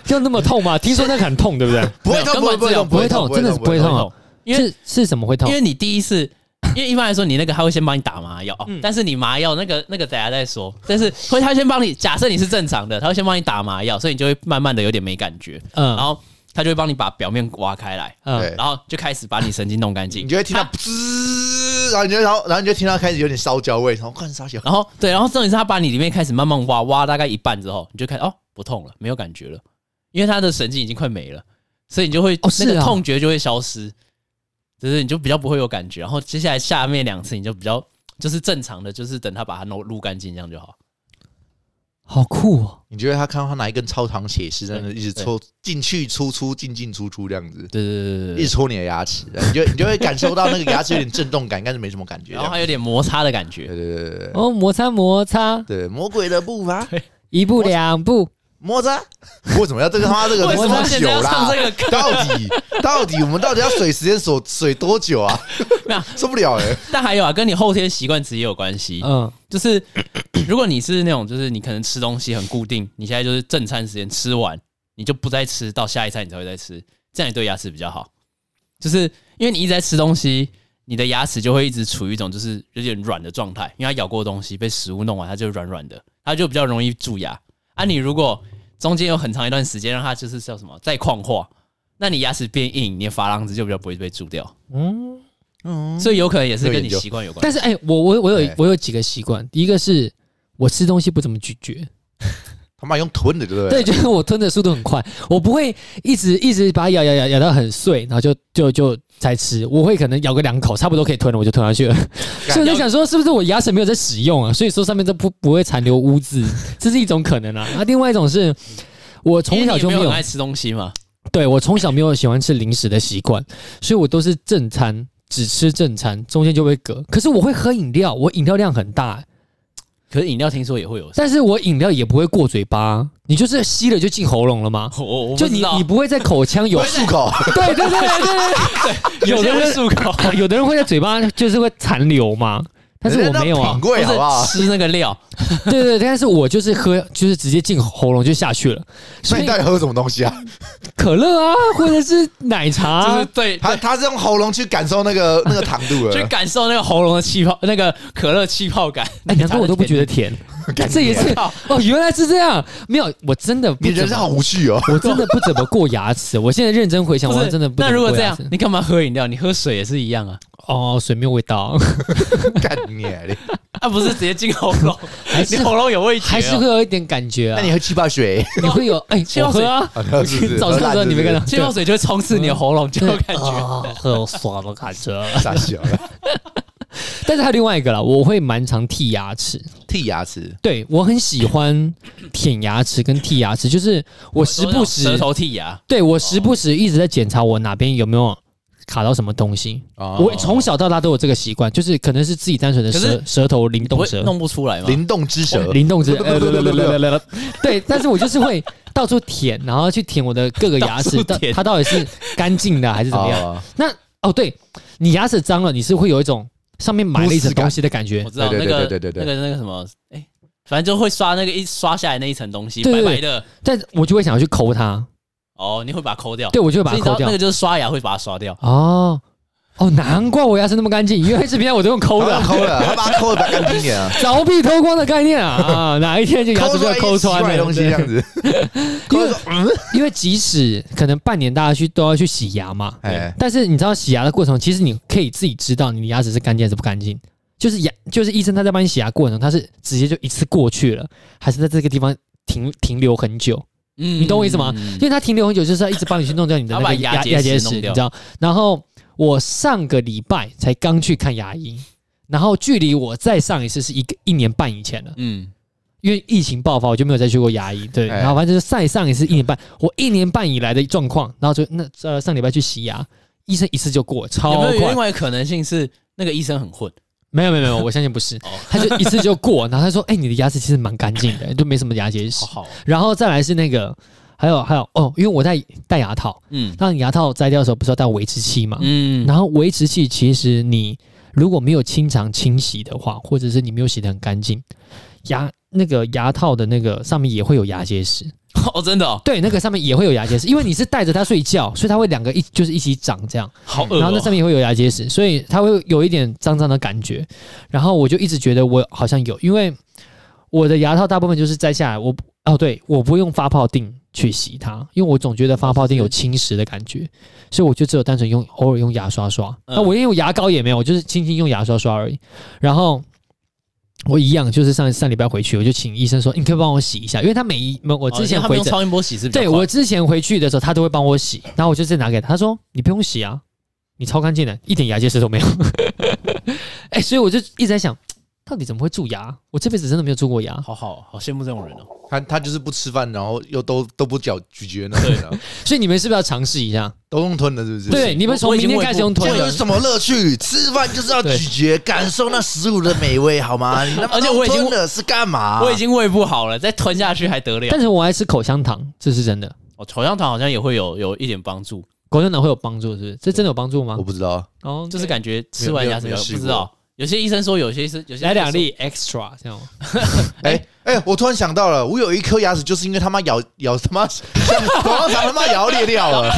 Speaker 3: 就那么痛吗？听说那个很痛，对不对？
Speaker 1: 不会痛，不会不会痛，
Speaker 3: 哦不会痛，真的是不会痛啊。
Speaker 2: 因为
Speaker 3: 是是什么会痛
Speaker 2: 因？为你第一次， 因为一般来说你那个他会先帮你打麻药，哦
Speaker 3: 嗯
Speaker 2: 但是你麻药那个那个等下再说，但是会他先帮你，假设你是正常的，他会先帮你打麻药，所以你就会慢慢的有点没感觉，然
Speaker 3: 嗯
Speaker 2: 后他就会帮你把表面挖开来，
Speaker 3: 嗯
Speaker 1: 对，
Speaker 2: 然后就开始把你神经弄干
Speaker 1: 你
Speaker 2: 净，
Speaker 1: 就会听到
Speaker 2: 他。
Speaker 1: 滋，然后你就然后然后你就听到开始有点烧焦味，然后看啥小，
Speaker 2: 然后对，然后重点是他把你里面开始慢慢挖，挖大概一半之后，你就开始哦不痛了，没有感觉了，因为他的神经已经快没了，所以你就会、
Speaker 3: 哦是
Speaker 2: 那个
Speaker 3: 啊
Speaker 2: 痛觉就会消失，就是你就比较不会有感觉。然后接下来下面两次你就比较就是正常的，就是等他把它弄撸干净这样就好。
Speaker 3: 好酷哦！
Speaker 1: 你觉得他看到他拿一根超长铁丝在那一直戳进去出出进进出出这样子，
Speaker 2: 对对对对
Speaker 1: 一
Speaker 2: 对
Speaker 1: 直戳你的牙齿，你就你就会感受到那个牙齿有点震动感，但是没什么感觉。
Speaker 2: 对，然后还有点摩擦的感觉。
Speaker 1: 对对对对
Speaker 3: 哦，摩擦摩擦，
Speaker 1: 对，魔鬼的步伐，
Speaker 3: 一步两步，
Speaker 1: 摸着啊，为什么要这个他妈这个
Speaker 2: 为
Speaker 1: 摸
Speaker 2: 什么
Speaker 1: 那么
Speaker 2: 现
Speaker 1: 久
Speaker 2: 在要唱
Speaker 1: 啦
Speaker 2: 这？个 歌？
Speaker 1: 到底到底我们到底要水时间锁水多久啊
Speaker 2: 没有？
Speaker 1: 受不了哎！
Speaker 2: 但还有啊，跟你后天习惯值也有关系。
Speaker 3: 嗯，
Speaker 2: 就是 如果你是那种，就是你可能吃东西很固定，你现在就是正餐时间吃完，你就不再吃，到下一餐你才会再吃，这样你对牙啊齿比较好。就是因为你一直在吃东西，你的牙齿就会一直处于一种就是有点软的状态，因为它咬过东西被食物弄完，它就软软的，它就比较容易蛀牙。啊，你如果中间有很长一段时间让它就是叫什么再矿化，那你牙齿变硬，你的珐琅质就比较不会被蛀掉。嗯，所以有可能也是跟你习惯有关。
Speaker 3: 但是哎、我我我有
Speaker 1: 对
Speaker 3: 我有几个习惯，第一个是我吃东西不怎么咀嚼，
Speaker 1: 他妈用吞的，对不对？
Speaker 3: 对，就是我吞的速度很快，我不会一直一直把它咬咬咬咬到很碎，然后就就就才吃，我会可能咬个两口，差不多可以吞了，我就吞下去了。所以我在想说，是不是我牙齿没有在使用啊？所以说上面都不不会残留污渍，这是一种可能啊。那、另外一种是。我从小就
Speaker 2: 因为你也没
Speaker 3: 没
Speaker 2: 有
Speaker 3: 有
Speaker 2: 很爱吃东西嘛，
Speaker 3: 对我从小没有喜欢吃零食的习惯，所以我都是正餐，只吃正餐，中间就会隔。可是我会喝饮料，我饮料量很大、
Speaker 2: 可是饮料听说也会有。
Speaker 3: 但是我饮料也不会过嘴巴，你就是吸了就进喉咙了吗？
Speaker 2: 我我我不
Speaker 3: 就你
Speaker 2: 知道
Speaker 3: 你不会在口 腔有
Speaker 1: 有漱口，
Speaker 3: 对对对对
Speaker 2: 有
Speaker 3: 有
Speaker 2: 些
Speaker 3: 的
Speaker 2: 会
Speaker 3: 人
Speaker 2: 漱 口，
Speaker 3: 对，有的人会在嘴巴就是会残留嘛，但是我没 有啊
Speaker 1: 人家品，味好不
Speaker 2: 或
Speaker 1: 好
Speaker 2: 者？吃那个料，
Speaker 3: 对对对，但是我就是喝就是直接进喉咙就下去了，
Speaker 1: 所
Speaker 3: 所
Speaker 1: 以
Speaker 3: 以
Speaker 1: 你到底喝什么东西啊？
Speaker 3: 可乐啊或者是奶茶啊、
Speaker 2: 就是对，
Speaker 1: 他他是用喉咙去感受那个那个糖度啊
Speaker 2: 去
Speaker 1: 了，
Speaker 2: 感受那个喉咙的气泡，那个可乐气泡感。
Speaker 3: 哎，难怪我都不觉 得甜，这也是
Speaker 2: 靠
Speaker 3: 哦，原来是这样。没有，我真的不
Speaker 1: 你人
Speaker 3: 怎
Speaker 1: 生
Speaker 3: 么，
Speaker 1: 好无趣哦。
Speaker 3: 我真的不怎么过牙齿。我现在认真回想，
Speaker 2: 不
Speaker 3: 我
Speaker 2: 是
Speaker 3: 真的不
Speaker 2: 那
Speaker 3: 怎么
Speaker 2: 如果
Speaker 3: 过
Speaker 2: 这
Speaker 3: 牙
Speaker 2: 样
Speaker 3: 齿。，
Speaker 2: 你干嘛喝饮料？你喝水也是一样啊，
Speaker 3: 哦，水没有味道，
Speaker 1: 干你啊！你
Speaker 2: 啊不是直接进喉 咙，
Speaker 3: 还
Speaker 2: 你
Speaker 3: 是
Speaker 2: 喉咙有味觉哦，
Speaker 3: 还是会有一点感觉啊
Speaker 1: 那。你喝气泡 水，
Speaker 3: 你 会有哎，
Speaker 2: 气
Speaker 3: 我
Speaker 2: 泡水
Speaker 3: 喝 啊，
Speaker 1: 是不是
Speaker 3: 早上的时候你没看到
Speaker 2: 气泡水就会 冲刺你的喉咙，就有感觉。
Speaker 3: 啊，会有爽的感觉。啊
Speaker 1: 傻笑了。
Speaker 3: 但是还有另外一个啦，我会蛮常剔牙齿，
Speaker 1: 剔牙齿，
Speaker 3: 对我很喜欢舔牙齿跟剔牙齿，就是我时不时
Speaker 2: 舌头剔牙，
Speaker 3: 对我时不时一直在检查我哪边有没有卡到什么东西。
Speaker 1: 哦
Speaker 3: 我从小到大都有这个习惯，就是可能是自己单纯的
Speaker 2: 哦可
Speaker 3: 舌
Speaker 2: 是
Speaker 3: 舌头灵
Speaker 2: 你不
Speaker 3: 动
Speaker 2: 会
Speaker 3: 舌，哦
Speaker 2: 弄不出来吗？
Speaker 1: 哦灵动之舌，
Speaker 3: 灵 动舌， 呃对，但是我就是会到处舔，然后去舔我的各个牙 齿，
Speaker 2: 到
Speaker 3: 到
Speaker 2: 处舔
Speaker 3: 它到底是干净的还是怎么样？
Speaker 1: 哦？
Speaker 3: 那哦，对你牙齿脏了，你是会有一种上面埋了一层东西的感觉
Speaker 2: 我，知道
Speaker 1: 对
Speaker 2: 那
Speaker 1: 对
Speaker 2: 个
Speaker 1: 对对对
Speaker 2: 那
Speaker 1: 对
Speaker 2: 个那个什么，哎，反正就会刷那个一刷下来那一层东西，
Speaker 3: 对
Speaker 2: 白白
Speaker 3: 对对
Speaker 2: 的，
Speaker 3: 但我就会想要去抠它，
Speaker 2: 哦，你会把它抠掉。
Speaker 3: 对我就会把
Speaker 2: 所以你知
Speaker 3: 它
Speaker 2: 道
Speaker 3: 抠掉
Speaker 2: 那个。就是刷牙会把它刷掉。
Speaker 3: 哦哦，难怪我牙齿那么干净，原来是平常我都用抠
Speaker 1: 抠
Speaker 3: 的啊
Speaker 2: 哦
Speaker 1: 了，，抠了，他把它抠的比较干净一点啊，
Speaker 3: 凿壁偷光的概念 啊啊！哪一天就牙齿被抠穿
Speaker 1: 出来一些奇怪
Speaker 3: 了
Speaker 1: 的东西这样子。
Speaker 3: 因
Speaker 1: 抠
Speaker 3: 为
Speaker 1: 说嗯，
Speaker 3: 因为即使可能半年大家去都要去洗牙嘛，
Speaker 1: 哎，
Speaker 3: 但是你知道洗牙的过程，其实你可以自己知道你的牙齿是干净还是不干净。就是牙，就是医生他在帮你洗牙过程，他是直接就一次过去了，还是在这个地方停停留很久？
Speaker 2: 嗯
Speaker 3: 你懂我意思吗？因为他停留很久，就是要一直帮你去弄掉你 的那
Speaker 2: 他把
Speaker 3: 个
Speaker 2: 牙
Speaker 3: 牙
Speaker 2: 结石
Speaker 3: 结
Speaker 2: 弄
Speaker 3: 石，你
Speaker 2: 掉
Speaker 3: 知道？然后我上个礼拜才刚去看牙医，然后距离我再上一次是一个一年半以前了。
Speaker 2: 嗯，
Speaker 3: 因为疫情爆发，我就没有再去过牙医。对，
Speaker 1: 哎
Speaker 3: 然后反正就是再上一次一年半，我一年半以来的状况，然后就那呃上礼拜去洗牙，医生一次就过，超
Speaker 2: 有没有
Speaker 3: 快
Speaker 2: 另。外一个可能性是那个医生很混？，
Speaker 3: 没有没有没有，我相信不是
Speaker 2: 哦，
Speaker 3: 他就一次就过，然后他说：“哎、你的牙齿其实蛮干净的，就没什么牙结石
Speaker 2: 好。好哦，”
Speaker 3: 然后再来是那个，还有还有哦，因为我戴戴牙套，
Speaker 2: 嗯
Speaker 3: 那你牙套摘掉的时候不是要戴维持器吗？
Speaker 2: 嗯，
Speaker 3: 然后维持器其实你如果没有经常清洗的话，或者是你没有洗得很干净，牙那个牙套的那个上面也会有牙结石。
Speaker 2: 哦，真的哦，
Speaker 3: 对，那个上面也会有牙结石，因为你是带着它睡觉，所以它会两个一就是一起长这样，
Speaker 2: 好恶哦，
Speaker 3: 然后那上面也会有牙结石，所以它会有一点脏脏的感觉。然后我就一直觉得我好像有，因为我的牙套大部分就是摘下来，我不哦对，我不用发泡锭去洗它，因为我总觉得发泡锭有侵蚀的感觉，所以我就只有单纯用偶尔用牙刷刷。
Speaker 2: 嗯
Speaker 3: 那我连用牙膏也没有，我就是轻轻用牙刷刷而已。然后我一样，就是上上礼拜回去，我就请医生说，你可以帮我洗一下，因为他每一我
Speaker 2: 我
Speaker 3: 之前
Speaker 2: 他们
Speaker 3: 回
Speaker 2: 用
Speaker 3: 诊。
Speaker 2: 超音波洗是比较
Speaker 3: 对
Speaker 2: 快
Speaker 3: 我之前回去的时候，他都会帮我洗，然后我就直接拿给他，他说你不用洗 啊，你超干净的，一点牙结石都没有。哎、所以我就一直在想，到底怎么会蛀牙？我这辈子真的没有蛀过牙。
Speaker 2: 好好好羡慕这种人哦。
Speaker 1: 他他就是不吃饭，然后又都都不嚼咀嚼那种的，
Speaker 3: 所以你们是不是要尝试一下？
Speaker 1: 都用吞的，是不是？
Speaker 3: 对，你们从明天开始用
Speaker 1: 这
Speaker 3: 吞
Speaker 1: 有
Speaker 3: 了。
Speaker 1: 什么乐趣？吃饭就是要
Speaker 3: 对
Speaker 1: 咀嚼，感受那食物的美味，好吗？你他妈
Speaker 2: 而且我已经
Speaker 1: 吞了是干嘛？
Speaker 2: 我已经胃不好了，再吞下去还得了？
Speaker 3: 但是我爱吃口香糖，这是真的。
Speaker 2: 哦，口香糖好像也会有有一点帮助，
Speaker 3: 口香糖会有帮助，是不是？这真的有帮助吗
Speaker 1: 我？不知道，
Speaker 3: 哦，
Speaker 2: 就是感觉吃完牙齿
Speaker 1: 没有没有没有试
Speaker 2: 不
Speaker 1: 过
Speaker 2: 知道。有些医生说，有些医生有些
Speaker 3: 来两
Speaker 2: 医生说
Speaker 3: 粒 extra 这样吗？
Speaker 1: 哎、哎、我突然想到了，我有一颗牙齿，就是因为他妈咬咬他妈口香糖他妈咬裂掉了，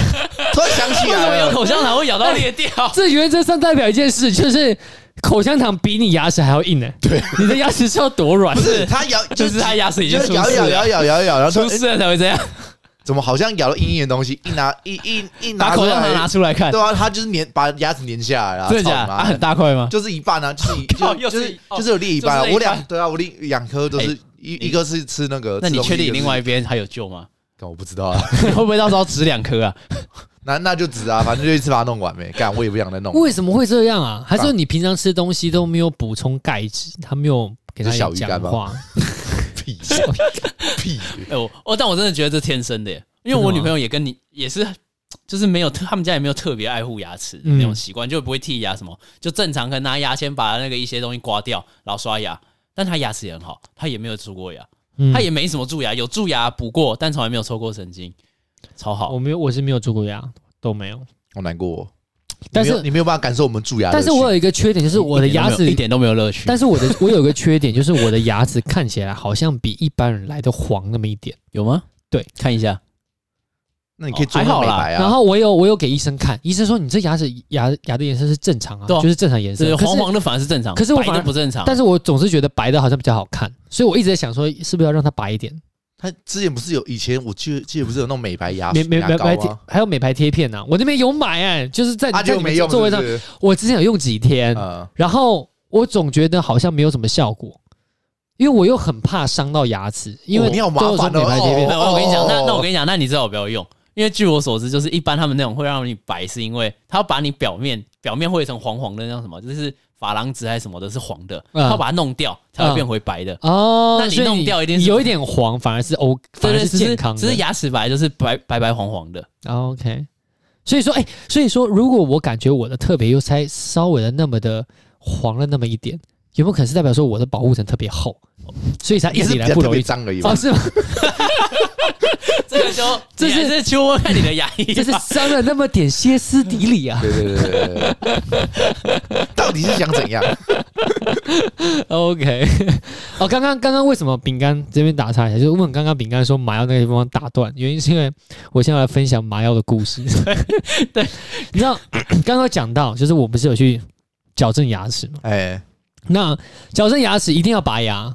Speaker 1: 突然想起
Speaker 2: 为什么
Speaker 1: 来
Speaker 2: 有
Speaker 1: 了，
Speaker 2: 口香糖会咬到裂掉？
Speaker 3: 这原则上代表一件事，就是口香糖比你牙齿还要硬呢、对，你的牙齿是要多软
Speaker 1: 不？是 他咬，
Speaker 2: 就是他牙齿已经
Speaker 1: 就
Speaker 2: 出
Speaker 1: 是
Speaker 2: 事
Speaker 1: 咬一咬咬
Speaker 2: 了，
Speaker 1: 一咬咬一咬，然后
Speaker 2: 出
Speaker 1: 说、哎
Speaker 2: 事了才会这样。
Speaker 1: 怎么好像咬了硬硬的东西，一拿一一一
Speaker 2: 把
Speaker 1: 拿出
Speaker 2: 口香糖拿
Speaker 1: 来，
Speaker 2: 出来看，
Speaker 1: 对啊，他就是粘把牙齿粘下来了，
Speaker 2: 真的
Speaker 1: 操
Speaker 2: 假的？
Speaker 1: 你妈
Speaker 2: 啊，很大块吗？
Speaker 1: 就是一半啊，就是一
Speaker 2: 靠
Speaker 1: 就
Speaker 2: 又
Speaker 1: 就是是
Speaker 2: 哦
Speaker 1: 就是有另一半啊
Speaker 2: 就是另一半，
Speaker 1: 我两对啊，我另两颗都是
Speaker 2: 哎
Speaker 1: 一
Speaker 2: 你
Speaker 1: 一个是吃那个，
Speaker 2: 那你
Speaker 1: 吃东西
Speaker 2: 确定
Speaker 1: 一
Speaker 2: 你
Speaker 1: 个是
Speaker 2: 另外一边还有救吗？
Speaker 1: 干我不知道啊，
Speaker 2: 会不会到时候只两颗啊？
Speaker 1: 那那就只啊，反正就一次把它弄完呗，干我也不想再弄，
Speaker 3: 为什么会这样啊？还是说你平常吃东西都没有补充钙质，他没有给他
Speaker 1: 是小鱼
Speaker 3: 讲
Speaker 1: 干吗
Speaker 3: 话？
Speaker 1: 屁屁，
Speaker 2: 哎，我我但我真的觉得这天生的耶，因为我
Speaker 3: 真的吗
Speaker 2: 女朋友也跟你也是，就是没有特，他们家也没有特别爱护牙齿的
Speaker 3: 嗯
Speaker 2: 那种习惯，就不会剔牙什么，就正常可能拿牙签把那个一些东西刮掉，然后刷牙。但她牙齿也很好，她也没有蛀过牙，
Speaker 3: 嗯
Speaker 2: 她也没什么蛀牙，有蛀牙补过，但从来没有抽过神经，超好
Speaker 3: 我。没有，我是没有蛀过牙，都没有。
Speaker 1: 好难过哦。
Speaker 3: 但是
Speaker 1: 你没有你没有办法感受我们蛀牙的
Speaker 3: 但
Speaker 1: 乐趣，
Speaker 3: 是我有一个缺点，就是我的牙
Speaker 2: 一
Speaker 3: 齿，
Speaker 2: 点都没有乐趣。
Speaker 3: 但是我的我有一个缺点，就是我的牙齿看起来好像比一般人来的黄那么一点。
Speaker 2: 有吗？
Speaker 3: 对，
Speaker 2: 看一下。
Speaker 1: 那你可以
Speaker 2: 哦
Speaker 1: 做
Speaker 2: 还
Speaker 1: 个
Speaker 2: 好
Speaker 1: 美
Speaker 2: 啦
Speaker 1: 白啊，
Speaker 3: 然后我有我有给医生看，医生说你这牙齿牙牙的颜色是正常啊，
Speaker 2: 对啊
Speaker 3: 就是正常颜
Speaker 2: 是
Speaker 3: 色，
Speaker 2: 黄
Speaker 3: 可是
Speaker 2: 黄的反而是正常，
Speaker 3: 可是我
Speaker 2: 白
Speaker 3: 反
Speaker 2: 的
Speaker 3: 而
Speaker 2: 不正常。
Speaker 3: 但是我总是觉得白的好像比较好看，所以我一直在想说，是不是要让它白一点？
Speaker 1: 他之前不是有以前我记得记得不是有那种美白牙
Speaker 3: 美美
Speaker 1: 啊牙
Speaker 3: 美
Speaker 1: 膏
Speaker 3: 白贴
Speaker 1: 吗？
Speaker 3: 还有美白贴片呢、啊我那边有买哎、就是在
Speaker 1: 啊，
Speaker 3: 在
Speaker 1: 就
Speaker 3: 你们
Speaker 1: 没用，
Speaker 3: 座位上
Speaker 1: 是，不是
Speaker 3: 我之前有用几天，
Speaker 1: 嗯，
Speaker 3: 然后我总觉得好像没有什么效果，因为我又很怕伤到牙齿，因为
Speaker 1: 哦你好麻
Speaker 3: 都有
Speaker 1: 烦哦
Speaker 3: 说美白贴
Speaker 2: 没
Speaker 3: 片，
Speaker 2: 有，我跟你讲，那
Speaker 1: 哦
Speaker 2: 那我跟你讲，那你最好不要用，因为据我所知，就是一般他们那种会让你白，是因为他要把你表面表面会有一层黄黄的那叫什么，就是珐琅质还是什么的，是黄的，
Speaker 3: 嗯
Speaker 2: 他要把它弄掉才会变回白的。
Speaker 3: 哦，
Speaker 2: 那你
Speaker 3: 所以
Speaker 2: 弄掉一定是
Speaker 3: 有一点黄，反而是 O，反而
Speaker 2: 对，只
Speaker 3: 健
Speaker 2: 是
Speaker 3: 康的。
Speaker 2: 只是牙齿白就是白白白黄黄的，
Speaker 3: 哦 OK，所以说，哎、所以说，如果我感觉我的特别又才稍微的那么的黄了那么一点，有没有可能是代表说我的保护层特别厚，所以才一
Speaker 1: 也
Speaker 3: 直
Speaker 1: 是
Speaker 3: 以
Speaker 1: 比
Speaker 3: 来
Speaker 1: 较
Speaker 3: 不
Speaker 1: 特
Speaker 3: 容
Speaker 1: 别
Speaker 3: 易？
Speaker 1: 脏而已吧
Speaker 3: 哦，。是吗？
Speaker 2: 这个就
Speaker 3: 这
Speaker 2: 这
Speaker 3: 是
Speaker 2: 是这去问看你的牙 医
Speaker 3: 就是
Speaker 2: 吧。
Speaker 3: 伤了那么点歇斯底里啊。
Speaker 1: 对对对对对对， 到底是想怎样？
Speaker 3: OK，哦，刚刚刚刚为什么饼干这边打岔一下？就是问刚刚饼干说麻药那个地方打断，原因是因为我现在来分享麻药的故事。 对， 你知道刚刚讲到，就是我不是有去矫正牙齿嘛？
Speaker 1: 哎，
Speaker 3: 那矫正牙齿一定要拔牙，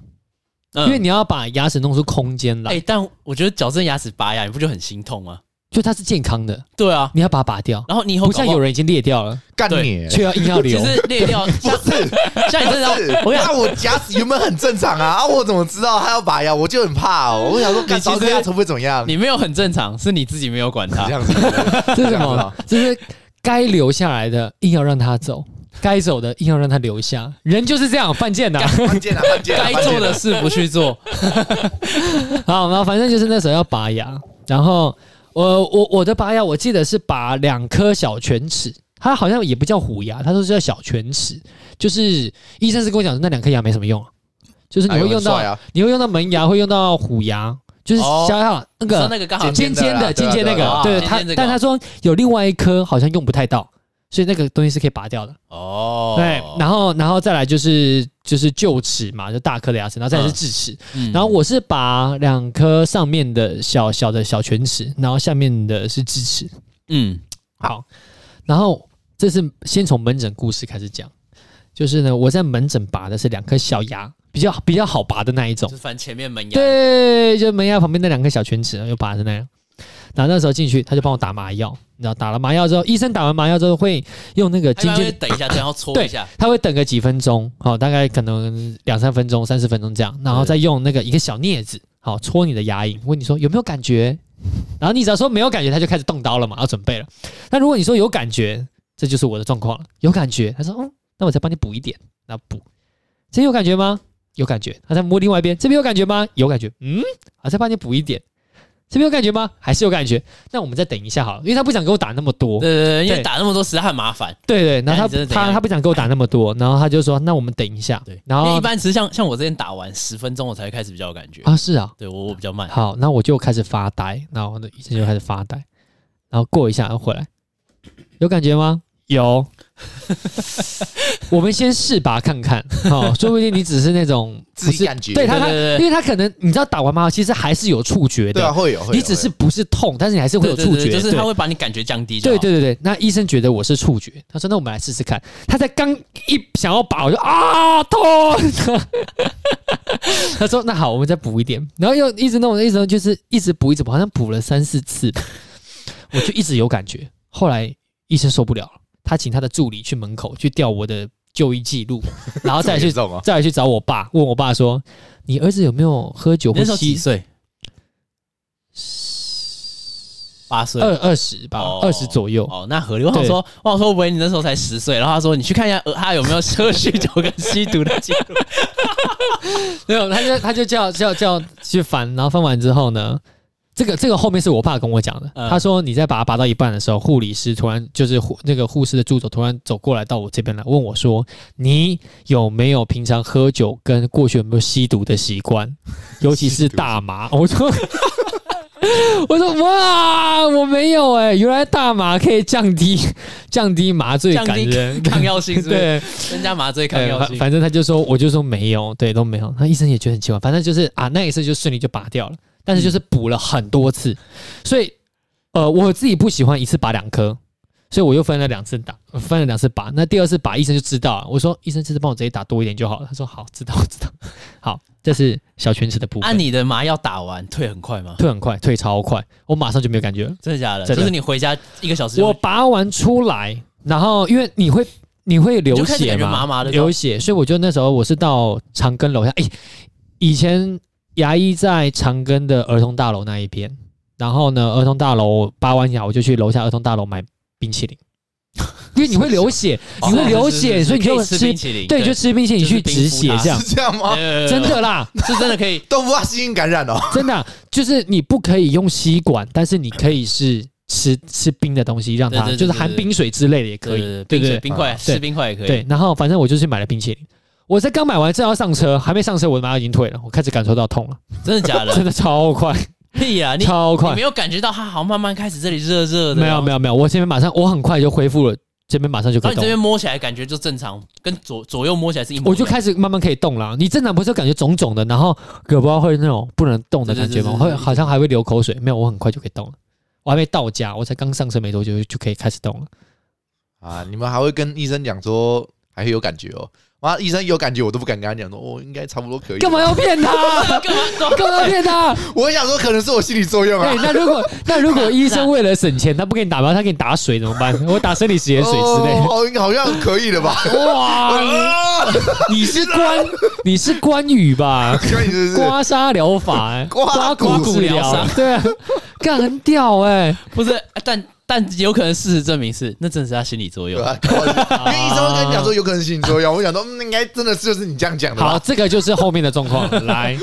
Speaker 2: 嗯
Speaker 3: 因为你要把牙齿弄出空间来，
Speaker 2: 哎，但我觉得矫正牙齿拔牙，你不就很心痛吗？
Speaker 3: 就它是健康的，
Speaker 2: 对啊，
Speaker 3: 你要把它拔掉，
Speaker 2: 然后你以后
Speaker 3: 不
Speaker 2: 搞
Speaker 3: 像
Speaker 2: 好
Speaker 3: 有人已经裂掉 了，
Speaker 1: 干
Speaker 2: 对
Speaker 1: 你！
Speaker 3: 却要硬要
Speaker 2: 其
Speaker 3: 留。
Speaker 2: 实裂 掉，像
Speaker 1: 是
Speaker 2: 像你
Speaker 1: 不
Speaker 2: 这
Speaker 1: 是啊
Speaker 2: 种，我想
Speaker 1: 那我牙齿原本很正常啊，啊，我怎么知道他要拔牙？我就很怕哦，我想说，干
Speaker 2: 你其实
Speaker 1: 少这牙齿会不会怎么样？
Speaker 2: 你没有很正常，是你自己没有管它
Speaker 3: 啊
Speaker 1: 这。样子，
Speaker 3: 这是什
Speaker 1: 这样子
Speaker 3: 么
Speaker 1: 啊？
Speaker 3: 就是该留下来的硬要让他走，该走的硬要让他留下。人就是这样犯贱的、
Speaker 1: 犯贱啊，犯贱啊！
Speaker 2: 该
Speaker 1: 犯
Speaker 2: 做
Speaker 1: 贱啊
Speaker 2: 的事不去做，
Speaker 3: 好，然后反正就是那时候要拔牙，然后我我我的拔牙，我记得是拔两颗小犬齿，它好像也不叫虎牙，它说是叫小犬齿，就是医生是跟我讲说那两颗牙没什么用、啊，就是你
Speaker 1: 哎
Speaker 3: 会
Speaker 1: 呦
Speaker 3: 用
Speaker 1: 很
Speaker 3: 到、
Speaker 1: 帅啊
Speaker 3: 你会用到门牙，会用到虎牙，就是
Speaker 2: 哦
Speaker 3: 想想那
Speaker 2: 你
Speaker 3: 个
Speaker 2: 说那个刚好
Speaker 1: 尖
Speaker 3: 尖尖的，
Speaker 1: 尖
Speaker 3: 尖
Speaker 1: 的
Speaker 3: 尖那个
Speaker 2: 啦，
Speaker 3: 对
Speaker 2: 对啊对啊
Speaker 3: 他
Speaker 2: 尖尖这，个
Speaker 3: 但他说有另外一颗好像用不太到，所以那个东西是可以拔掉的。
Speaker 2: 哦
Speaker 3: 对，然后然后再来就是就是臼齿嘛，就大颗的牙齿，然后再来是
Speaker 2: 嗯
Speaker 3: 智齿。
Speaker 2: 嗯
Speaker 3: 然后我是拔两颗上面的小小的小犬齿，然后下面的是智齿。
Speaker 2: 嗯，
Speaker 3: 好，然后这是先从门诊故事开始讲，就是呢，我在门诊拔的是两颗小牙，比较比较好拔的那一种
Speaker 2: 就。是反正前面门牙，
Speaker 3: 对，就门牙旁边那两个小犬齿，又拔成那样。然后那时候进去，他就帮我打麻药，你知道，打了麻药之后，医生打完麻药之后会用那个
Speaker 2: 他一
Speaker 3: 尖
Speaker 2: 般会等
Speaker 3: 尖，
Speaker 2: 一下，然后搓一下，
Speaker 3: 他会等个几分钟，好、大概可能两三分钟、三四分钟这样，然后再用那个一个小镊子，好、戳你的牙龈，问你说有没有感觉，然后你只要说没有感觉，他就开始动刀了嘛，要准备了。那如果你说有哦感觉，这就是我的状况了，有感觉，他说嗯，那我再帮你补一点，然后补，这边有感觉吗？有感觉。他再摸另外一边，这边有感觉吗？有感觉。嗯，啊，再帮你补一点。啊这边有感觉吗？还是有感觉？那我们再等一下好了，因为他不想给我打那么多。
Speaker 2: 对对对，因为
Speaker 3: 对
Speaker 2: 打那么多实在很麻烦。
Speaker 3: 对对，然
Speaker 2: 那
Speaker 3: 后
Speaker 2: 你真
Speaker 3: 他
Speaker 2: 的怎样
Speaker 3: 他他不想给我打那么多，然后他就说：“那我们等一下。”
Speaker 2: 对，
Speaker 3: 然
Speaker 2: 因为
Speaker 3: 后
Speaker 2: 一般其实像像我之前打完十分钟，我才会开始比较有感觉。
Speaker 3: 啊，是啊，
Speaker 2: 对我我比较慢，
Speaker 3: 好，那我就开始发呆，然后呢，医生就开始发呆，然后过一下，然后回来，有感觉吗？有， 我们先试拔看看，哦，说不定你只是 那种
Speaker 1: 自
Speaker 3: 不
Speaker 1: 己
Speaker 3: 是
Speaker 1: 感觉
Speaker 3: 对他他，
Speaker 2: 对对对
Speaker 3: 因为他可能你知道打完麻药其实还是有触觉
Speaker 1: 对啊，
Speaker 3: 的，
Speaker 1: 会有，会有
Speaker 3: 你只是不是痛，但是你还是会有
Speaker 2: 对
Speaker 3: 触
Speaker 2: 对
Speaker 3: 觉，
Speaker 2: 对就是
Speaker 3: 对
Speaker 2: 他会把你感觉降低就好。
Speaker 3: 对对对对，那医生觉得我是触觉，他说那我们来试试看。他在刚一想要拔，我就啊痛。 他说那好，我们再补一点，然后又一直弄，一直弄，就是一直补，一直补，好像补了三四次，我就一直有感觉。后来医生受不了了，他请他的助理去门口去调我的就医记录，然后
Speaker 1: 有这
Speaker 3: 再
Speaker 1: 么
Speaker 3: 去
Speaker 1: 严重啊，
Speaker 3: 再来去找我爸，问我爸说你儿子有没有喝酒
Speaker 2: 你
Speaker 3: 或
Speaker 2: 那时候几
Speaker 3: 吸
Speaker 2: 岁？八岁。
Speaker 3: 二二十吧，
Speaker 2: 哦
Speaker 3: 二十左右。
Speaker 2: 哦，那合理。我想说，我想说，喂，你那时候才十岁，然后他说你去看一下呃他有 没有摄酗酒跟吸毒的记录。
Speaker 3: 没有，他就他就叫叫叫去翻，然后翻完之后呢，这个这个后面是我爸跟我讲的，
Speaker 2: 嗯
Speaker 3: 他说你在把它拔到一半的时候，护理师突然就是护那个护士的助手突然走过来到我这边来问我说，你有没有平常喝酒跟过去有没有吸毒的 习惯，尤其是大麻？我说。 我说哇，我没有哎、原来大麻可以降低降低麻醉
Speaker 2: 降
Speaker 3: 感
Speaker 2: 低
Speaker 3: 人，
Speaker 2: 抗药性是不是
Speaker 3: 对，
Speaker 2: 增加麻醉抗
Speaker 3: 对，
Speaker 2: 药
Speaker 3: 反
Speaker 2: 性。
Speaker 3: 反正他就说，我就说没有，对，都没有。他医生也觉得很奇怪，反正就是啊，那一次就顺利就拔掉了，但是就是补了很多次，所以呃，我自己不喜欢一次拔两颗，所以我又分了两次打，呃分了两次拔。那第二次拔，医生就知道了，我说医生这次帮我直接打多一点就好了。他说好，知道知道。好，这是小犬齿的部分。
Speaker 2: 按、啊你的麻药打完退很快吗？
Speaker 3: 退很快，退超快，我马上就没有感觉了。
Speaker 2: 真的假的？
Speaker 3: 真的
Speaker 2: 就是你回家一个小时就，
Speaker 3: 我拔完出来，然后因为你会你会流
Speaker 2: 你就开始
Speaker 3: 血
Speaker 2: 感觉
Speaker 3: 嘛，
Speaker 2: 麻麻的
Speaker 3: 流血，所以我就那时候我是到长庚楼下，哎、以前牙医在长庚的儿童大楼那一边，然后呢，儿童大楼拔完牙，我就去楼下儿童大楼买冰淇淋，因为你会流血，
Speaker 2: 哦
Speaker 3: 你会流
Speaker 2: 是是
Speaker 3: 血，
Speaker 2: 是
Speaker 3: 所以你
Speaker 2: 可
Speaker 3: 就
Speaker 2: 以吃冰淇淋，
Speaker 3: 对，你就吃冰淇淋
Speaker 2: 就是
Speaker 3: 去
Speaker 2: 冰
Speaker 3: 止
Speaker 2: 敷
Speaker 3: 血
Speaker 2: 它
Speaker 3: 这样，
Speaker 1: 是这样吗？
Speaker 2: 呃
Speaker 3: 真的啦，
Speaker 2: 是真的可以。
Speaker 1: 都不怕细菌感染哦，
Speaker 3: 真的啊、就是你不可以用吸管，但是你可以是吃吃冰的东西，让它
Speaker 2: 对对对
Speaker 3: 就是含
Speaker 2: 对对
Speaker 3: 冰水之类的也 可以，
Speaker 2: 对对对
Speaker 3: 对
Speaker 2: 冰水冰
Speaker 3: 对对
Speaker 2: 块
Speaker 1: 啊
Speaker 2: 吃冰块也可以。
Speaker 3: 对。然后反正我就去买了冰淇淋，我在刚买完正要上车，还没上车，我的麻药已经退了，我开始感受 到痛了，
Speaker 2: 真的假的？
Speaker 3: 真的 超快，
Speaker 2: 屁呀！啊你
Speaker 3: 超
Speaker 2: 你
Speaker 3: 快
Speaker 2: 没，有哦感觉到它好像慢慢开始这里热热的，啊
Speaker 3: 没有没
Speaker 2: 有。
Speaker 3: 有没有，我这边马上我很快就恢复了，这边马上就
Speaker 2: 然
Speaker 3: 可
Speaker 2: 后哦你
Speaker 3: 以
Speaker 2: 这
Speaker 3: 动了。
Speaker 2: 边摸起来感觉就正常，跟左左右摸起来是一模一样。
Speaker 3: 我就 开始慢慢可以动了。你正常不是感觉肿肿的，然后胳膊会那种不能动的感觉吗？
Speaker 2: 对对对对
Speaker 3: 会
Speaker 2: 对
Speaker 3: 好像还会流口水。没有，我很快就可以动了。我还没到家，我才刚上车没多久就就可以开始动了。
Speaker 2: 哎
Speaker 1: 啊，你们还会跟医生讲说还会有感觉哦。妈，医生有感觉，我都不敢跟他讲说，哦，应该差不多可以。
Speaker 3: 干嘛？要骗 他？
Speaker 2: 干嘛说？
Speaker 3: 干嘛要 骗他？
Speaker 1: 我想说，可能是我心理作用啊
Speaker 3: 哎、。那如果那如果医
Speaker 2: 啊
Speaker 3: 生为了省钱，他不给你打麻药，他给你打水怎么办？我打生理食盐水之类
Speaker 1: 哦
Speaker 3: 的。
Speaker 1: 好像好像可以了 吧？
Speaker 3: 哇，
Speaker 1: 啊
Speaker 3: 你是关你是关羽吧？
Speaker 1: 可以是不是？
Speaker 3: 刮痧疗法、欸，
Speaker 1: 刮骨
Speaker 3: 骨
Speaker 2: 疗伤，
Speaker 3: 对啊，干很屌哎、
Speaker 2: 不是，但但有可能事实证明是，那真的是他心理作
Speaker 1: 对
Speaker 2: 用。
Speaker 3: 啊
Speaker 1: 吧？搞不好因为医生会跟你讲说有可能是心理作用，我想说，嗯，应该真的是就是你这样讲的
Speaker 3: 好，
Speaker 1: 吧？
Speaker 3: 这个就是后面的 状况。来，
Speaker 1: 啊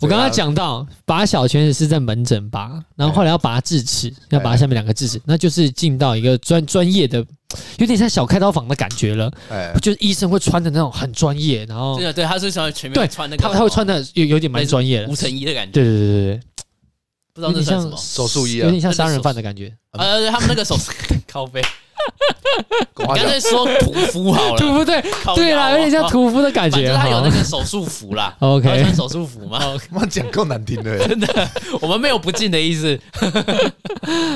Speaker 3: 我刚刚讲到拔小犬齿是在门诊拔，然后后来要拔智齿，
Speaker 1: 哎
Speaker 3: 要拔下面两个智齿，那就是进到一个专专业的，有点像小开刀房的感觉了，
Speaker 1: 哎，
Speaker 3: 就是医生会穿的那种很专业，然后
Speaker 2: 对的，对，他是喜欢前
Speaker 3: 对
Speaker 2: 面穿那个
Speaker 3: 他他会穿的有有点蛮专业的
Speaker 2: 无，尘衣的感觉，
Speaker 3: 对对对
Speaker 2: 不
Speaker 3: 对对，
Speaker 2: 知道
Speaker 3: 有
Speaker 2: 那
Speaker 3: 点
Speaker 2: 算
Speaker 3: 像
Speaker 2: 什么。
Speaker 1: 手术衣啊
Speaker 3: 有点像杀人犯的感觉。
Speaker 2: 呃，对他们那个手 是靠背，
Speaker 1: 跟
Speaker 2: 你
Speaker 1: 我
Speaker 2: 刚
Speaker 1: 讲
Speaker 2: 才说屠夫好
Speaker 3: 屠
Speaker 2: 了，
Speaker 3: 夫对
Speaker 2: 靠腰
Speaker 3: 对啦，
Speaker 2: 啊
Speaker 3: 有点像屠夫的 感
Speaker 2: 反
Speaker 3: 觉。
Speaker 2: 正他有
Speaker 3: 哈
Speaker 2: 那个手术服啦
Speaker 3: OK 哦
Speaker 2: 他 会穿手术服嘛，
Speaker 1: 妈讲够难听的，
Speaker 2: 真的， 我们没有不敬的意思。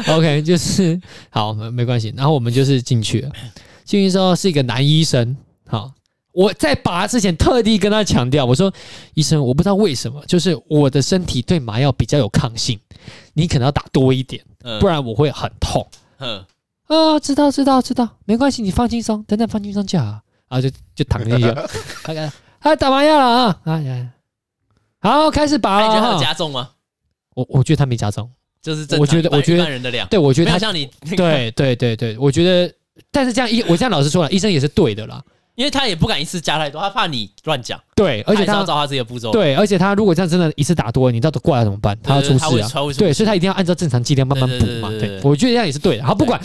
Speaker 3: OK，就是好，没没关系。然后我们就是进去了，进去之后是一个男医生。好，我在拔之前特地跟他强调，我说医生，我不知道为什么，就是我的身体对麻药比较有抗性，你可能要打多一点，
Speaker 2: 嗯
Speaker 3: 不然我会很痛。
Speaker 2: 嗯，
Speaker 3: 啊、知道知道知道，没关系，你放轻松，等等放轻松就好。然后就就躺进去了， 他 给他啊打麻药了啊啊，啊好开始拔
Speaker 2: 那你觉得他
Speaker 3: 了啊
Speaker 2: 有
Speaker 3: 哈。
Speaker 2: 加重吗？
Speaker 3: 我我觉得他没加重，
Speaker 2: 就是正常
Speaker 3: 我觉得
Speaker 2: 一般
Speaker 3: 我觉
Speaker 2: 一
Speaker 3: 得
Speaker 2: 般人的量，
Speaker 3: 对我觉得
Speaker 2: 没
Speaker 3: 他
Speaker 2: 有像你那个，
Speaker 3: 对对对对，我觉得，但是这样医，我这样老实说了，医生也是对的啦，
Speaker 2: 因为他也不敢一次加太多，他怕你乱讲，
Speaker 3: 对，而且
Speaker 2: 他还是
Speaker 3: 他
Speaker 2: 要照他自己的步骤。
Speaker 3: 对，而且他如果这样真的一次打多了，你到底过来怎么办？他要出
Speaker 2: 对对对他
Speaker 3: 事
Speaker 2: 会
Speaker 3: 啊
Speaker 2: 他会出，
Speaker 3: 对，
Speaker 2: 事
Speaker 3: 所以他一定要按照正常剂量慢慢
Speaker 2: 对
Speaker 3: 补
Speaker 2: 对对
Speaker 3: 嘛。
Speaker 2: 对对
Speaker 3: 对
Speaker 2: 对，
Speaker 3: 我觉得这样也是对的。好，不管，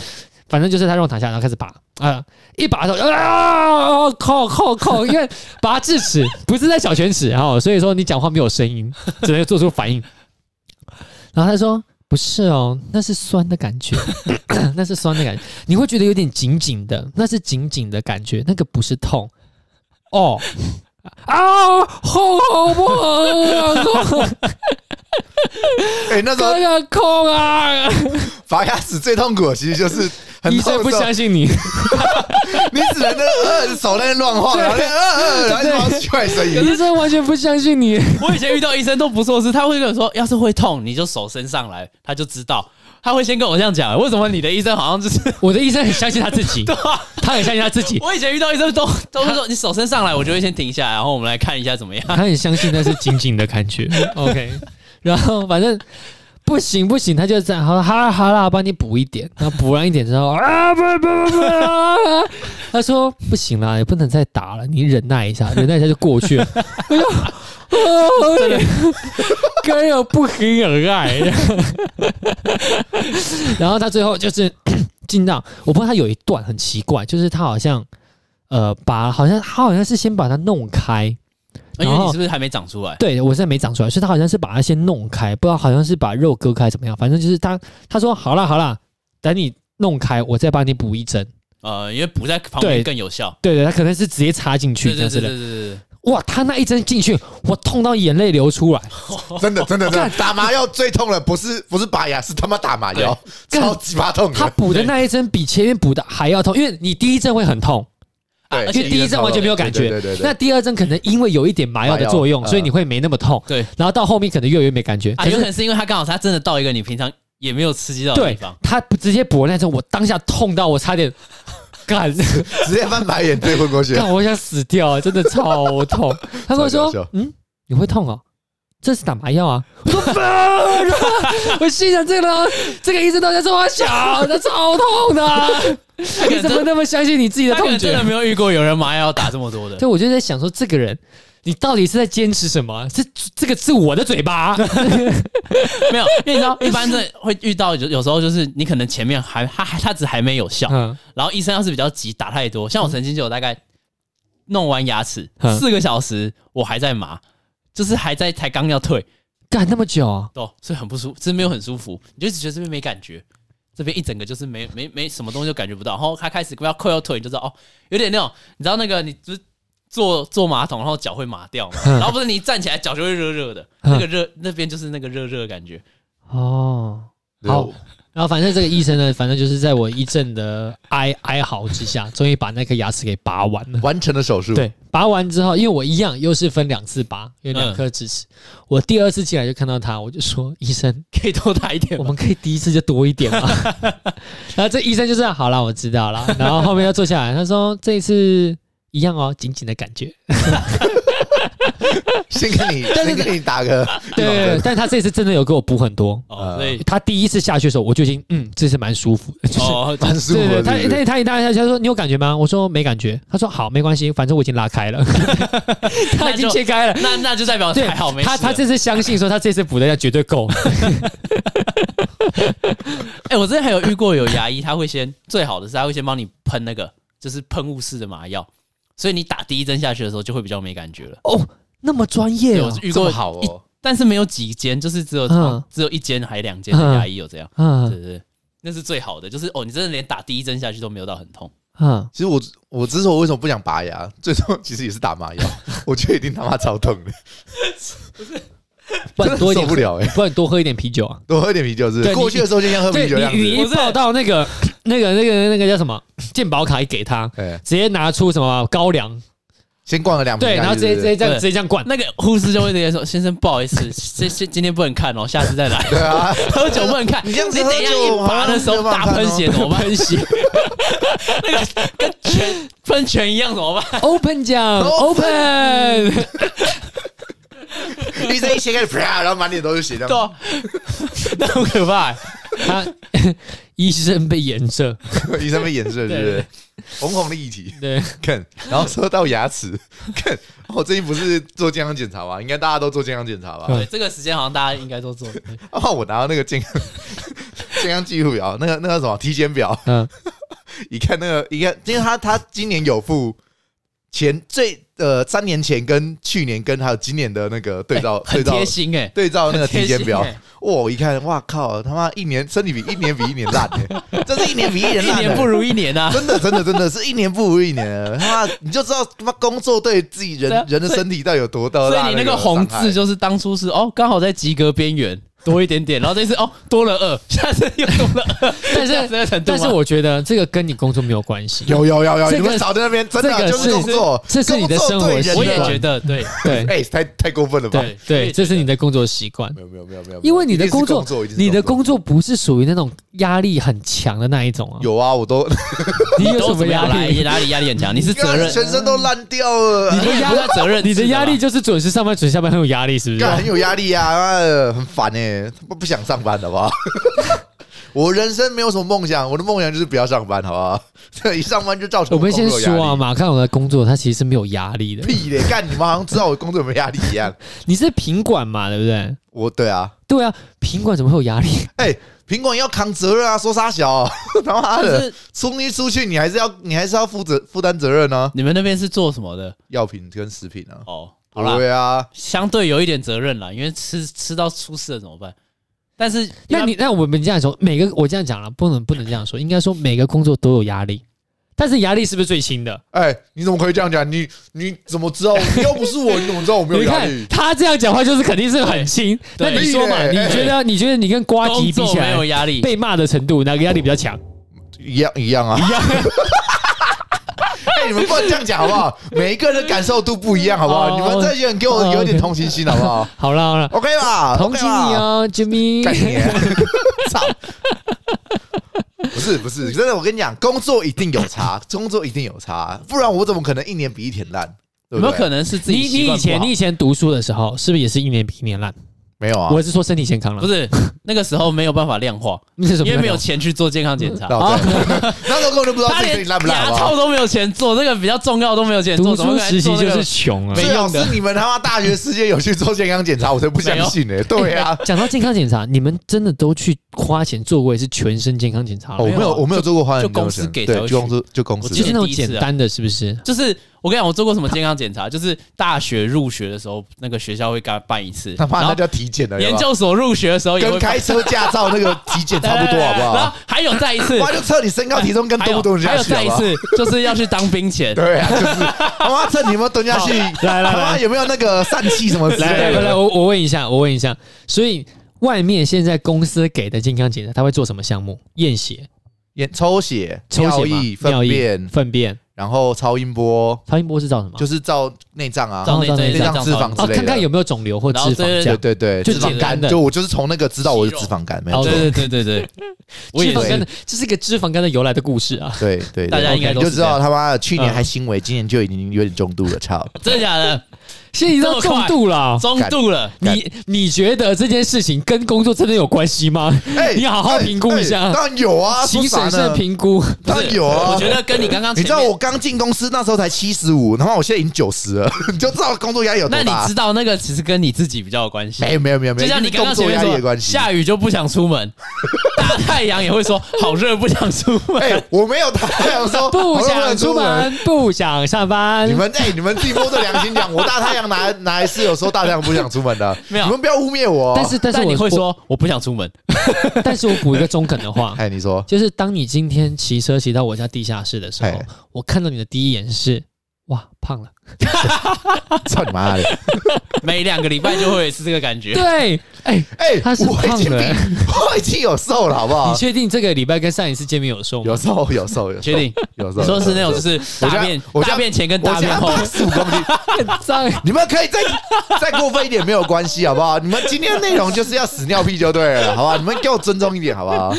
Speaker 3: 反正就是他让我躺下，然后开始拔啊，一拔的时候啊，靠靠靠，因为拔智齿不是在小犬齿，然后所以说你讲话没有声音，只能做出反应。然后他说。不是哦，那是酸的感觉，那是酸的感觉，你会觉得有点紧紧的，那是紧紧的感觉，那个不是痛哦。啊，好好不好啊？
Speaker 1: 哎、那时候
Speaker 3: 这个空啊！
Speaker 1: 拔牙齿最痛苦的其实就是很
Speaker 3: 医
Speaker 1: 痛
Speaker 3: 生
Speaker 1: 的
Speaker 3: 不
Speaker 1: 时候，
Speaker 3: 相信你，
Speaker 1: 你只能那个呃手在那乱晃，
Speaker 3: 对
Speaker 1: 然后那呃呃，然后一直发奇怪的声音。
Speaker 3: 医生完全不相信你。
Speaker 2: 我以前遇到医生都不错，是他会跟我说，要是会痛你就手伸上来，他就知道。他会先跟我这样讲，为什么你的医生好像就是，
Speaker 3: 我的医生很相信他自己
Speaker 2: 对啊？
Speaker 3: 他很相信他自己，
Speaker 2: 我以前遇到医生都都会说你手伸上来，我就会先停下来，然后我们来看一下怎么样。
Speaker 3: 他很相信那是紧紧的感觉。OK，然后反正。不行不行，他就这样，好了好了好了，我帮你补一点，然后补完一点之后啊不不不不，啊他说不行啦，也不能再打了，你忍耐一下，忍耐一下就过去了。 我就啊，跟有不可忍爱。 然后他最后就是 进到，我不知道他有一段很奇怪，就是他好像呃把好像他好像是先把它弄开，
Speaker 2: 因
Speaker 3: 然
Speaker 2: 为
Speaker 3: 后
Speaker 2: 你是不是还没长出来？
Speaker 3: 对，我现在没长出来，所以他好像是把它先弄开，不知道好像是把肉割开怎么样，反正就是他他说好啦好啦，等你弄开，我再帮你补一针。
Speaker 2: 呃，因为补在旁边
Speaker 3: 对
Speaker 2: 更有效。
Speaker 3: 对对，他可能是直接插进去
Speaker 2: 对
Speaker 3: 这
Speaker 2: 对
Speaker 3: 样
Speaker 2: 对
Speaker 3: 子
Speaker 2: 对
Speaker 3: 的。
Speaker 2: 对
Speaker 3: 哇，他那一针进去，我痛到眼泪流出来，
Speaker 1: 真的
Speaker 3: 哦
Speaker 1: 真的真的，打麻药最痛了，不是不是拔牙，是他妈打麻药，
Speaker 3: 对
Speaker 1: 超级麻痛
Speaker 3: 哎他
Speaker 1: 的。
Speaker 3: 补的那一针比前面补的还要痛，因为你第一针会很痛，
Speaker 2: 对，
Speaker 1: 对
Speaker 2: 而
Speaker 3: 啊因
Speaker 2: 且
Speaker 3: 为第一针完全没有感
Speaker 1: 对对对
Speaker 3: 觉
Speaker 1: 对，对
Speaker 3: 那第二针可能因为有一点麻药的作用
Speaker 1: 麻，药
Speaker 3: 所以你会没那么痛，
Speaker 2: 对
Speaker 3: 然后到后面可能越来越没感觉。
Speaker 2: 嗯啊，有
Speaker 3: 可
Speaker 2: 可
Speaker 3: 是
Speaker 2: 能是因为他刚好他真的到一个你平常也没有刺激到的地
Speaker 3: 对
Speaker 2: 方，
Speaker 3: 他直接补那针，我当下痛到我差点 干。
Speaker 1: 直接翻白眼对昏过去
Speaker 2: 啊
Speaker 1: 了。
Speaker 3: 但我想死掉，真的超痛。 他跟我
Speaker 1: 超搞笑
Speaker 3: 说：“嗯，你会痛哦，这是打麻药啊。” 我说：“ 我心想这个这个医生到底在说我小，他超痛的，啊
Speaker 2: 他可能
Speaker 3: 你怎么
Speaker 2: 真
Speaker 3: 那么相信你自己的
Speaker 2: 他可
Speaker 3: 痛
Speaker 2: 能真的
Speaker 3: 觉
Speaker 2: 没有遇过有人麻药打这么多？” 的。
Speaker 3: 对，我就在想说，这个人你到底是在坚持什么？这这个是我的嘴 巴，
Speaker 2: 没有，因为你知 道，一般这会遇到有有时候就是你可能前面还他还他只还没有效，
Speaker 3: 嗯，
Speaker 2: 然后医生要是比较急打太多，像我曾经就有大概弄完牙齿
Speaker 3: 嗯
Speaker 2: 四个小时，我还在麻，就是还在才刚要退，
Speaker 3: 干那么久啊，
Speaker 2: 哦，所以很不舒服，真没有很舒服，你就只觉得这边没感觉，这边一整个就是没没没什么东西就感觉不到，然后他开始要扣要腿，你就知道哦，有点那种，你知道那个你就是坐坐马桶，然后脚会麻掉嘛，然后不是你站起来脚就会热热的，那个热那边就是那个热热的感觉，
Speaker 3: 哦。
Speaker 1: 对
Speaker 3: 好然后反正这个医生呢，反正就是在我一阵的哀哀嚎之下，终于把那颗牙齿给拔完了。
Speaker 1: 完成了手术，
Speaker 3: 对，拔完之后，因为我一样又是分两次拔，
Speaker 1: 嗯
Speaker 3: 有两颗智齿。我第二次进来就看到他，我就说：“医生，
Speaker 2: 可以多打一点
Speaker 3: 我
Speaker 2: 吗？
Speaker 3: 们可以第一次就多一点吗？” 然后这医生就这样，好了，我知道了。 然后后面要坐下来，他说：“这一次一样哦，紧紧的感 觉。
Speaker 1: 先给你
Speaker 3: 但是
Speaker 1: 先给你打个”
Speaker 3: 对，但他这次真的有给我补很多。
Speaker 2: 哦，所以
Speaker 3: 他第一次下去的时候，我就已经嗯，这次蛮舒服的，呃 就是
Speaker 2: 哦，
Speaker 1: 蛮舒服
Speaker 3: 对
Speaker 1: 的
Speaker 3: 对，
Speaker 1: 是
Speaker 3: 他
Speaker 1: 不是。
Speaker 3: 他他一大下，他说你有感觉吗？我说没感觉。他说好，没关系，反正我已经拉开了， 他已经切开了。
Speaker 2: 那那就代表
Speaker 3: 对，
Speaker 2: 还好没事啊
Speaker 3: 他
Speaker 2: 了。
Speaker 3: 他这次相信说他这次补的量绝对 够。
Speaker 2: 哎、我之前还有遇过有牙医，他会先最好的是他会先帮你喷那个就是喷雾式的麻药，所以你打第一针下去的时候就会比较没感觉了。
Speaker 3: 哦，那么专业
Speaker 2: 对，
Speaker 3: 哦
Speaker 2: 我。遇
Speaker 1: 这
Speaker 2: 过
Speaker 1: 么好哦，
Speaker 2: 但是没有几间，就是只有、
Speaker 3: 嗯
Speaker 2: 只有一间还两间的
Speaker 3: 嗯
Speaker 2: 牙医有这样，对
Speaker 3: 嗯
Speaker 2: 对对，那是最好的，就是哦，你真的连打第一针下去都没有到很痛，
Speaker 3: 嗯，
Speaker 1: 其实我我之所以为什么不想拔牙， 最终其实也是打麻 药，我觉得一定他妈超痛的，
Speaker 3: 不
Speaker 1: 真
Speaker 3: 然
Speaker 1: 的
Speaker 3: 多一
Speaker 1: 受不，
Speaker 3: 点
Speaker 1: 了哎、
Speaker 3: 不然多喝一点啤酒啊。
Speaker 1: 多喝一点啤酒是不
Speaker 3: 对
Speaker 1: 是
Speaker 3: 你
Speaker 1: 过去的时候就像喝
Speaker 3: 对
Speaker 1: 啤酒一样
Speaker 3: 你你
Speaker 1: 子。
Speaker 3: 一
Speaker 2: 不是
Speaker 3: 报到那个 那个那个那个叫什么健保卡一给他，
Speaker 1: 哎，
Speaker 3: 直接拿出什么啊高粱，
Speaker 1: 哦先灌了两瓶
Speaker 3: 对，
Speaker 1: 牙
Speaker 3: 然后
Speaker 1: 医
Speaker 3: 直
Speaker 1: 是不是
Speaker 3: 接直接这样
Speaker 2: 对
Speaker 3: 直接这样灌。
Speaker 2: 那个护士就会直接说：“先生，不好 意思，这这今天不能看哦，下次再来。
Speaker 1: 对啊，
Speaker 2: 喝酒不能看，
Speaker 1: 你这样子
Speaker 2: 等一
Speaker 1: 喝
Speaker 2: 下
Speaker 1: 酒
Speaker 2: 一拔的时候
Speaker 1: 好像没有办
Speaker 2: 大
Speaker 1: 法
Speaker 2: 喷
Speaker 1: 看哦
Speaker 2: 血怎么办？
Speaker 3: 喷 血
Speaker 2: 全喷泉一样怎么办？”
Speaker 1: 嗯
Speaker 3: ，open 讲 open，
Speaker 1: 医生一切开始啪，然后满脸都是血，这
Speaker 2: 对
Speaker 1: 样
Speaker 2: 啊、 那很可怕欸、
Speaker 3: 他 医生被严射，
Speaker 1: 医生被掩饰了，是不
Speaker 2: 对
Speaker 1: 是？红红的议题，
Speaker 3: 对，
Speaker 1: 看，然后说到牙齿，看，我最近不是做健康检查吗？应该大家都做健康检查吧？
Speaker 3: 对
Speaker 2: 对，这个时间好像大家应该都做。对
Speaker 1: 啊，我拿到那个健康健康记录表，那个那个什么体检表，
Speaker 3: 嗯，
Speaker 1: 一看那个一看，因为他他今年有付前最呃三年前跟去年跟还有今年的那个对照、
Speaker 2: 很
Speaker 1: 对照
Speaker 2: 贴心哎，
Speaker 1: 对照那个体检表
Speaker 2: 很贴心，哎
Speaker 1: 哇，我一看，哇靠，他妈一年身体比一年比一年烂、欸，真是一年比一年
Speaker 2: 一
Speaker 1: 烂、欸，
Speaker 2: 年不如一年啊。
Speaker 1: 真的，真的，真的是一年不如一年了。他妈，你就知道他妈工作对自己人
Speaker 2: 对啊
Speaker 1: 人的
Speaker 2: 所以
Speaker 1: 身体到底有多大的
Speaker 2: 所
Speaker 1: 伤
Speaker 2: 以
Speaker 1: 害。
Speaker 2: 你那个红字就是当初是哦，刚好在及格边缘多一点点，然后这次哦多了二， 下次又多了二，
Speaker 3: 但
Speaker 2: 这
Speaker 3: 是
Speaker 2: 个程度吗，
Speaker 3: 但是我觉得这个跟你工作没有关系。
Speaker 1: 有有有有，
Speaker 3: 这
Speaker 1: 你
Speaker 3: 个
Speaker 1: 们少在那边真
Speaker 3: 这
Speaker 1: 的啊
Speaker 3: 个
Speaker 1: 就是
Speaker 3: 是
Speaker 1: 工作，
Speaker 3: 这是你的生
Speaker 1: 工
Speaker 3: 活
Speaker 1: 作对人
Speaker 3: 习
Speaker 2: 我
Speaker 3: 惯
Speaker 2: 也觉
Speaker 1: 的
Speaker 2: 得对，
Speaker 3: 对
Speaker 1: 哎，太太过分了吧？
Speaker 3: 对对，这是你的工作习惯。
Speaker 1: 没有没有没有没有，
Speaker 3: 因为你的
Speaker 1: 一定是
Speaker 3: 工作
Speaker 1: 工作，一定是
Speaker 3: 你的
Speaker 1: 工
Speaker 3: 工作不是属于那种压力很强的那一种啊。
Speaker 1: 有啊，我都
Speaker 3: 你
Speaker 2: 你都
Speaker 3: 有什
Speaker 2: 怎么
Speaker 3: 么
Speaker 2: 样
Speaker 3: 压
Speaker 2: 来
Speaker 3: 力？
Speaker 2: 压力压力很强，你是责 任，
Speaker 1: 全身都烂掉了
Speaker 2: 你，的压力责任，
Speaker 3: 你的压力就是准时上班、准时下班，很有压力，是不
Speaker 1: 干很
Speaker 3: 是？
Speaker 1: 有压力啊，妈的很烦哎，不不想上班好不好？ 我人生没有什么梦想，我的梦想就是不要上班，好不好？ 这一上班就造成
Speaker 3: 我们
Speaker 1: 工
Speaker 3: 先
Speaker 1: 作压力啊
Speaker 3: 说啊，马克龙的工作他其实是没有压力的。
Speaker 1: 屁嘞！干你们好像知道我工作有没有压力一样。
Speaker 3: 你是品管嘛，对不对？
Speaker 1: 我对啊，
Speaker 3: 对啊，品管怎么会有压力？
Speaker 1: 哎、苹果要扛责任啊，说啥小、 他妈
Speaker 2: 就
Speaker 1: 的，
Speaker 2: 是
Speaker 1: 冲一出去你还是要你还是要负责负担责任啊，
Speaker 2: 你们那边是做什么的？
Speaker 1: 药品跟食品啊，
Speaker 2: 哦，好啦，
Speaker 1: 对啊，
Speaker 2: 相对有一点责任啦，因为吃吃到出事了怎么办？但是
Speaker 3: 那你那我们这样说，每个我这样讲了，不能不能这样说，应该说每个工作都有压力，但是压力是不是最轻的？
Speaker 1: 哎、你怎么可以这样讲？你你怎么知 道？你又不是我，你怎么知道我没有
Speaker 3: 你
Speaker 1: 压
Speaker 3: 看
Speaker 1: 力？
Speaker 3: 他这样讲话就是肯定是很轻。那
Speaker 2: 对
Speaker 3: 你说嘛，
Speaker 1: 对
Speaker 3: 你觉得你觉得你跟瓜
Speaker 2: 工
Speaker 3: 吉比
Speaker 2: 作
Speaker 3: 起
Speaker 2: 没
Speaker 3: 来
Speaker 2: 有，压力，
Speaker 3: 被骂的程度哪个压力比较强？
Speaker 1: 一样一样啊，一样。哎、你们不能这样讲好不 好？每一个人的感受度不一样，好不好？
Speaker 3: 哦
Speaker 1: 你们这些人给我
Speaker 3: 哦
Speaker 1: 有一点
Speaker 3: OK
Speaker 1: 同情心，好不好
Speaker 3: 好了好了，
Speaker 1: ？OK 吧？
Speaker 3: 同
Speaker 1: 啊 OK
Speaker 3: 情
Speaker 1: 吧
Speaker 3: 你哦
Speaker 1: 干
Speaker 3: ，Jimmy。
Speaker 1: 你啊！ 操！不是不是，真的，我跟你讲，工作一定有 差，工作一定有差，不然我怎么可能一年比一天烂？对
Speaker 2: 有
Speaker 1: 不
Speaker 2: 没
Speaker 1: 对
Speaker 2: 有可能是自
Speaker 3: 你
Speaker 2: 己习
Speaker 3: 你
Speaker 2: 惯
Speaker 3: 以前
Speaker 2: 不好
Speaker 3: 你以前读书的时候，是不是也是一年比一年烂？
Speaker 1: 没有啊？
Speaker 3: 我是说身体健康了，
Speaker 2: 不
Speaker 3: 是？
Speaker 2: 是那个时候没有办法量化，
Speaker 3: 你是什么？
Speaker 2: 因为没有钱去做健康检查。
Speaker 1: 哦对 那时候根本就不知道
Speaker 2: 啊他
Speaker 1: 自己身
Speaker 2: 连
Speaker 1: 体烂不烂
Speaker 2: 牙
Speaker 1: 好不
Speaker 2: 套
Speaker 1: 好。
Speaker 2: 都没有钱做，这个比较重要都没有钱做，
Speaker 3: 读
Speaker 2: 怎么
Speaker 3: 书
Speaker 2: 可能
Speaker 3: 时期
Speaker 2: 做
Speaker 3: 就
Speaker 2: 这个
Speaker 3: 是穷啊。
Speaker 2: 没
Speaker 1: 最好
Speaker 2: 用的
Speaker 1: 是你们他妈大学时间有去做健康检查，我才不相信呢、对啊，
Speaker 3: 讲到健康检查，你们真的都去花钱做过一次全身健康检查
Speaker 1: 哦
Speaker 3: 吗？
Speaker 1: 我
Speaker 2: 没有
Speaker 1: 没有，我没有做过花
Speaker 2: 就
Speaker 1: 眼
Speaker 2: 公司
Speaker 1: 症
Speaker 2: 给才
Speaker 1: 对，
Speaker 2: 会
Speaker 1: 就公司就公司
Speaker 2: 我记
Speaker 3: 就
Speaker 2: 得
Speaker 3: 是那种简单的，是不是？
Speaker 2: 就是我跟你讲，我做过什么健康检查，就是大学入学的时候，那个学校会给他办一次，
Speaker 1: 他
Speaker 2: 然
Speaker 1: 妈
Speaker 2: 后
Speaker 1: 那叫体检了，
Speaker 2: 研
Speaker 1: 要
Speaker 2: 究所入学的时候
Speaker 1: 不
Speaker 2: 也
Speaker 1: 要跟
Speaker 2: 会办
Speaker 1: 开车驾照那个体检差不多，好不
Speaker 2: 然后
Speaker 1: 好？
Speaker 2: 还有再一次，
Speaker 1: 妈就测你身高体重跟
Speaker 2: 还
Speaker 1: 蹲
Speaker 2: 有
Speaker 1: 不蹲得
Speaker 2: 还
Speaker 1: 下
Speaker 2: 有
Speaker 1: 去，
Speaker 2: 再
Speaker 1: 好
Speaker 2: 一
Speaker 1: 不好？
Speaker 2: 次，就是要去当兵 前，
Speaker 1: 对啊，就是他妈趁你们蹲下去，
Speaker 3: 来来
Speaker 1: 他妈
Speaker 3: 来
Speaker 1: 有没有那个疝气什么之
Speaker 3: 来
Speaker 1: 类
Speaker 3: 来来，
Speaker 1: 的？
Speaker 3: 我我问一下，我问一下，所以外面现在公司给的健康检查，他会做什么项目？验血、
Speaker 1: 眼抽血、
Speaker 3: 抽血
Speaker 1: 尿
Speaker 3: 嘛
Speaker 1: 液、
Speaker 3: 尿
Speaker 1: 粪
Speaker 3: 液、
Speaker 1: 便，
Speaker 3: 粪便、
Speaker 1: 然后超音波，
Speaker 3: 超音波是照什么？
Speaker 1: 就是照内脏啊
Speaker 3: 照，
Speaker 2: 那
Speaker 3: 内
Speaker 1: 内脏脂肪
Speaker 3: 哦，
Speaker 1: 之类的
Speaker 3: 看看有没有肿瘤或脂
Speaker 2: 然后
Speaker 3: 肪
Speaker 2: 对
Speaker 3: 这
Speaker 1: 对
Speaker 3: 样。
Speaker 1: 对对，
Speaker 3: 就
Speaker 1: 脂肪
Speaker 3: 简单
Speaker 1: 肝，
Speaker 3: 的
Speaker 1: 就我就是从那个知道我有
Speaker 2: 肌肉
Speaker 1: 脂肪肝，没
Speaker 3: 哦
Speaker 1: 有错，
Speaker 2: 对对对对对，我
Speaker 3: 脂
Speaker 2: 也
Speaker 3: 肪
Speaker 2: 是
Speaker 3: 肝的，这是一个脂肪肝的由来的故事啊。
Speaker 1: 对对，
Speaker 2: 大家应该都
Speaker 1: 你
Speaker 2: 是
Speaker 1: 就知道
Speaker 2: 这
Speaker 1: 他妈的去年
Speaker 3: 嗯
Speaker 1: 还轻微，今年就已经有点中度了，操！
Speaker 2: 真的假的？
Speaker 3: 现在已经到
Speaker 2: 这么
Speaker 3: 重
Speaker 2: 快
Speaker 3: 度了啊，
Speaker 2: 中度了，
Speaker 1: 哦干
Speaker 3: 你你觉得这件事情跟工作真的有关系吗？
Speaker 1: 哎
Speaker 3: 你好好评估一下
Speaker 1: 哎哎当然有啊，
Speaker 3: 请
Speaker 1: 说啥
Speaker 3: 审
Speaker 1: 呢
Speaker 3: 慎？评估。
Speaker 2: 不
Speaker 1: 当
Speaker 2: 是
Speaker 1: 然有啊，
Speaker 2: 我觉得跟你刚刚
Speaker 1: 你
Speaker 2: 前
Speaker 1: 知道
Speaker 2: 面
Speaker 1: 我刚进公司那时候才七十五，然后我现在已经九十了， 你就知道工作压力有多
Speaker 2: 那
Speaker 1: 大
Speaker 2: 你。知道那个其实跟你自己比较有关系，
Speaker 1: 没有没有没有没
Speaker 2: 就
Speaker 1: 有，
Speaker 2: 像你
Speaker 1: 就是
Speaker 2: 刚刚
Speaker 1: 工
Speaker 2: 前
Speaker 1: 作压
Speaker 2: 面
Speaker 1: 力的
Speaker 2: 说，
Speaker 1: 关系。
Speaker 2: 下雨就不想 出门，大太阳也会说好热不想出
Speaker 1: 哎、
Speaker 2: 门。
Speaker 1: 我没有太阳 说
Speaker 3: 不想出
Speaker 1: 好像不能
Speaker 3: 门，不想上班
Speaker 1: 你。们哎、你们自己摸着良心讲，我大太阳哪哪一次有说大太阳不想出门的？
Speaker 2: 没有
Speaker 1: 你们不要污蔑我。
Speaker 3: 但，是，但是
Speaker 2: 但
Speaker 3: 我
Speaker 2: 你会，说我不想出门，
Speaker 3: 我但是我补一个中肯的话，
Speaker 1: 哎，你说，
Speaker 3: 就是当你今天骑车骑到我家地下室的时候
Speaker 1: 嘿，
Speaker 3: 我看到你的第一眼是哇胖 了，
Speaker 1: 操你妈的！
Speaker 2: 每两个礼拜就会有一次这个感觉。
Speaker 3: 对，哎、
Speaker 1: 哎、
Speaker 3: 他是
Speaker 1: 我已
Speaker 3: 胖
Speaker 1: 经
Speaker 3: 了
Speaker 1: 比我已经有瘦了，好不好
Speaker 3: 你？确定这个礼拜跟上一次见面有瘦吗？
Speaker 1: 啊有瘦，有瘦，有瘦
Speaker 2: 确定？
Speaker 1: 有瘦。
Speaker 2: 你说是那种就是
Speaker 1: 我家
Speaker 2: 大便
Speaker 1: 我家
Speaker 2: 大便前跟
Speaker 1: 我
Speaker 2: 大便
Speaker 1: 家
Speaker 2: 后
Speaker 1: 八十五公斤，
Speaker 3: 很脏，
Speaker 1: 你们可以再再过分一点没有关系，好不好？你们今天的内容就是要屎尿屁就对了，好不好？你们给我尊重一点，好不好？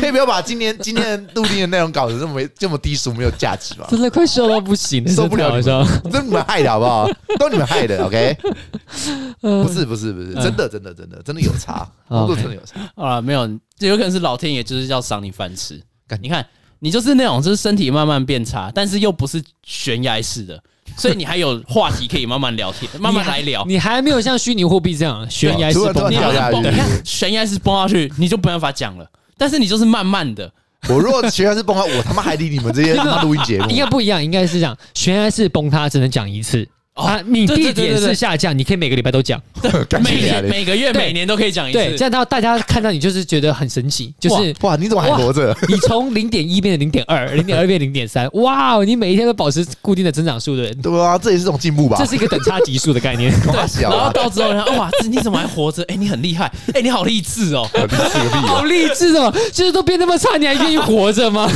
Speaker 1: 可以不要把今天今天的录音的内容搞得这么没这么低俗，没有价值吗？
Speaker 3: 真的快瘦到不行了，
Speaker 1: 受不了
Speaker 3: 真
Speaker 1: 你
Speaker 3: 的好 笑
Speaker 1: 们，都你们害的好不好？ 都你们害的，OK？不是不是不是，真的真的真的真的有 差，
Speaker 3: 嗯
Speaker 1: 工作真的有差。
Speaker 2: 啊，没有，这有可能是老天爷就是要赏你饭吃
Speaker 1: 干。
Speaker 2: 你看，你就是那种就是身体慢慢变差，但是又不是悬崖式的，所以你还有话题可以慢慢聊 天，慢慢来聊。
Speaker 3: 你还没有像虚拟货币这样悬崖式
Speaker 1: 啊突然突
Speaker 3: 崩
Speaker 1: 然
Speaker 2: 你
Speaker 1: 跳
Speaker 2: 好
Speaker 1: 下去
Speaker 2: 像
Speaker 3: 塌。
Speaker 2: 崩，你看悬崖式崩下去，你就没办法讲了。但是你就是慢 慢的，
Speaker 1: 我如果学校是崩坏，我他妈还理你们这些他妈录音节目
Speaker 3: 应？该不一样，应该是这样，悬崖式崩塌只能讲一次。
Speaker 2: 哦
Speaker 3: 啊，你
Speaker 2: 对
Speaker 3: 地
Speaker 2: 对对
Speaker 3: 点
Speaker 2: 对
Speaker 3: 是
Speaker 2: 对
Speaker 3: 下降，你可以每个礼拜都讲，
Speaker 1: 感谢
Speaker 2: 每
Speaker 1: 你啊
Speaker 2: 年
Speaker 1: 你
Speaker 2: 每个月
Speaker 3: 对
Speaker 2: 每年都可以讲一
Speaker 3: 对，这
Speaker 2: 次。
Speaker 3: 样到大家看到你就是觉得很神奇，就是
Speaker 1: 哇，你怎么还活着？
Speaker 3: 你从零点一变成零点 二，零点二变零点三，哇哦，你每一天都保持固定的增长速度，
Speaker 1: 对啊，这也是种进步吧
Speaker 3: 这？是一个等差级数的 概念。
Speaker 1: 夸小
Speaker 2: 然后
Speaker 1: 啊，
Speaker 2: 到之后，然后哇，这你怎么还活着？哎， 你很厉害，哎，你好励志哦，
Speaker 1: 你是个屁啊
Speaker 3: 好！励志哦！就是都变那么差，你还愿意活着吗？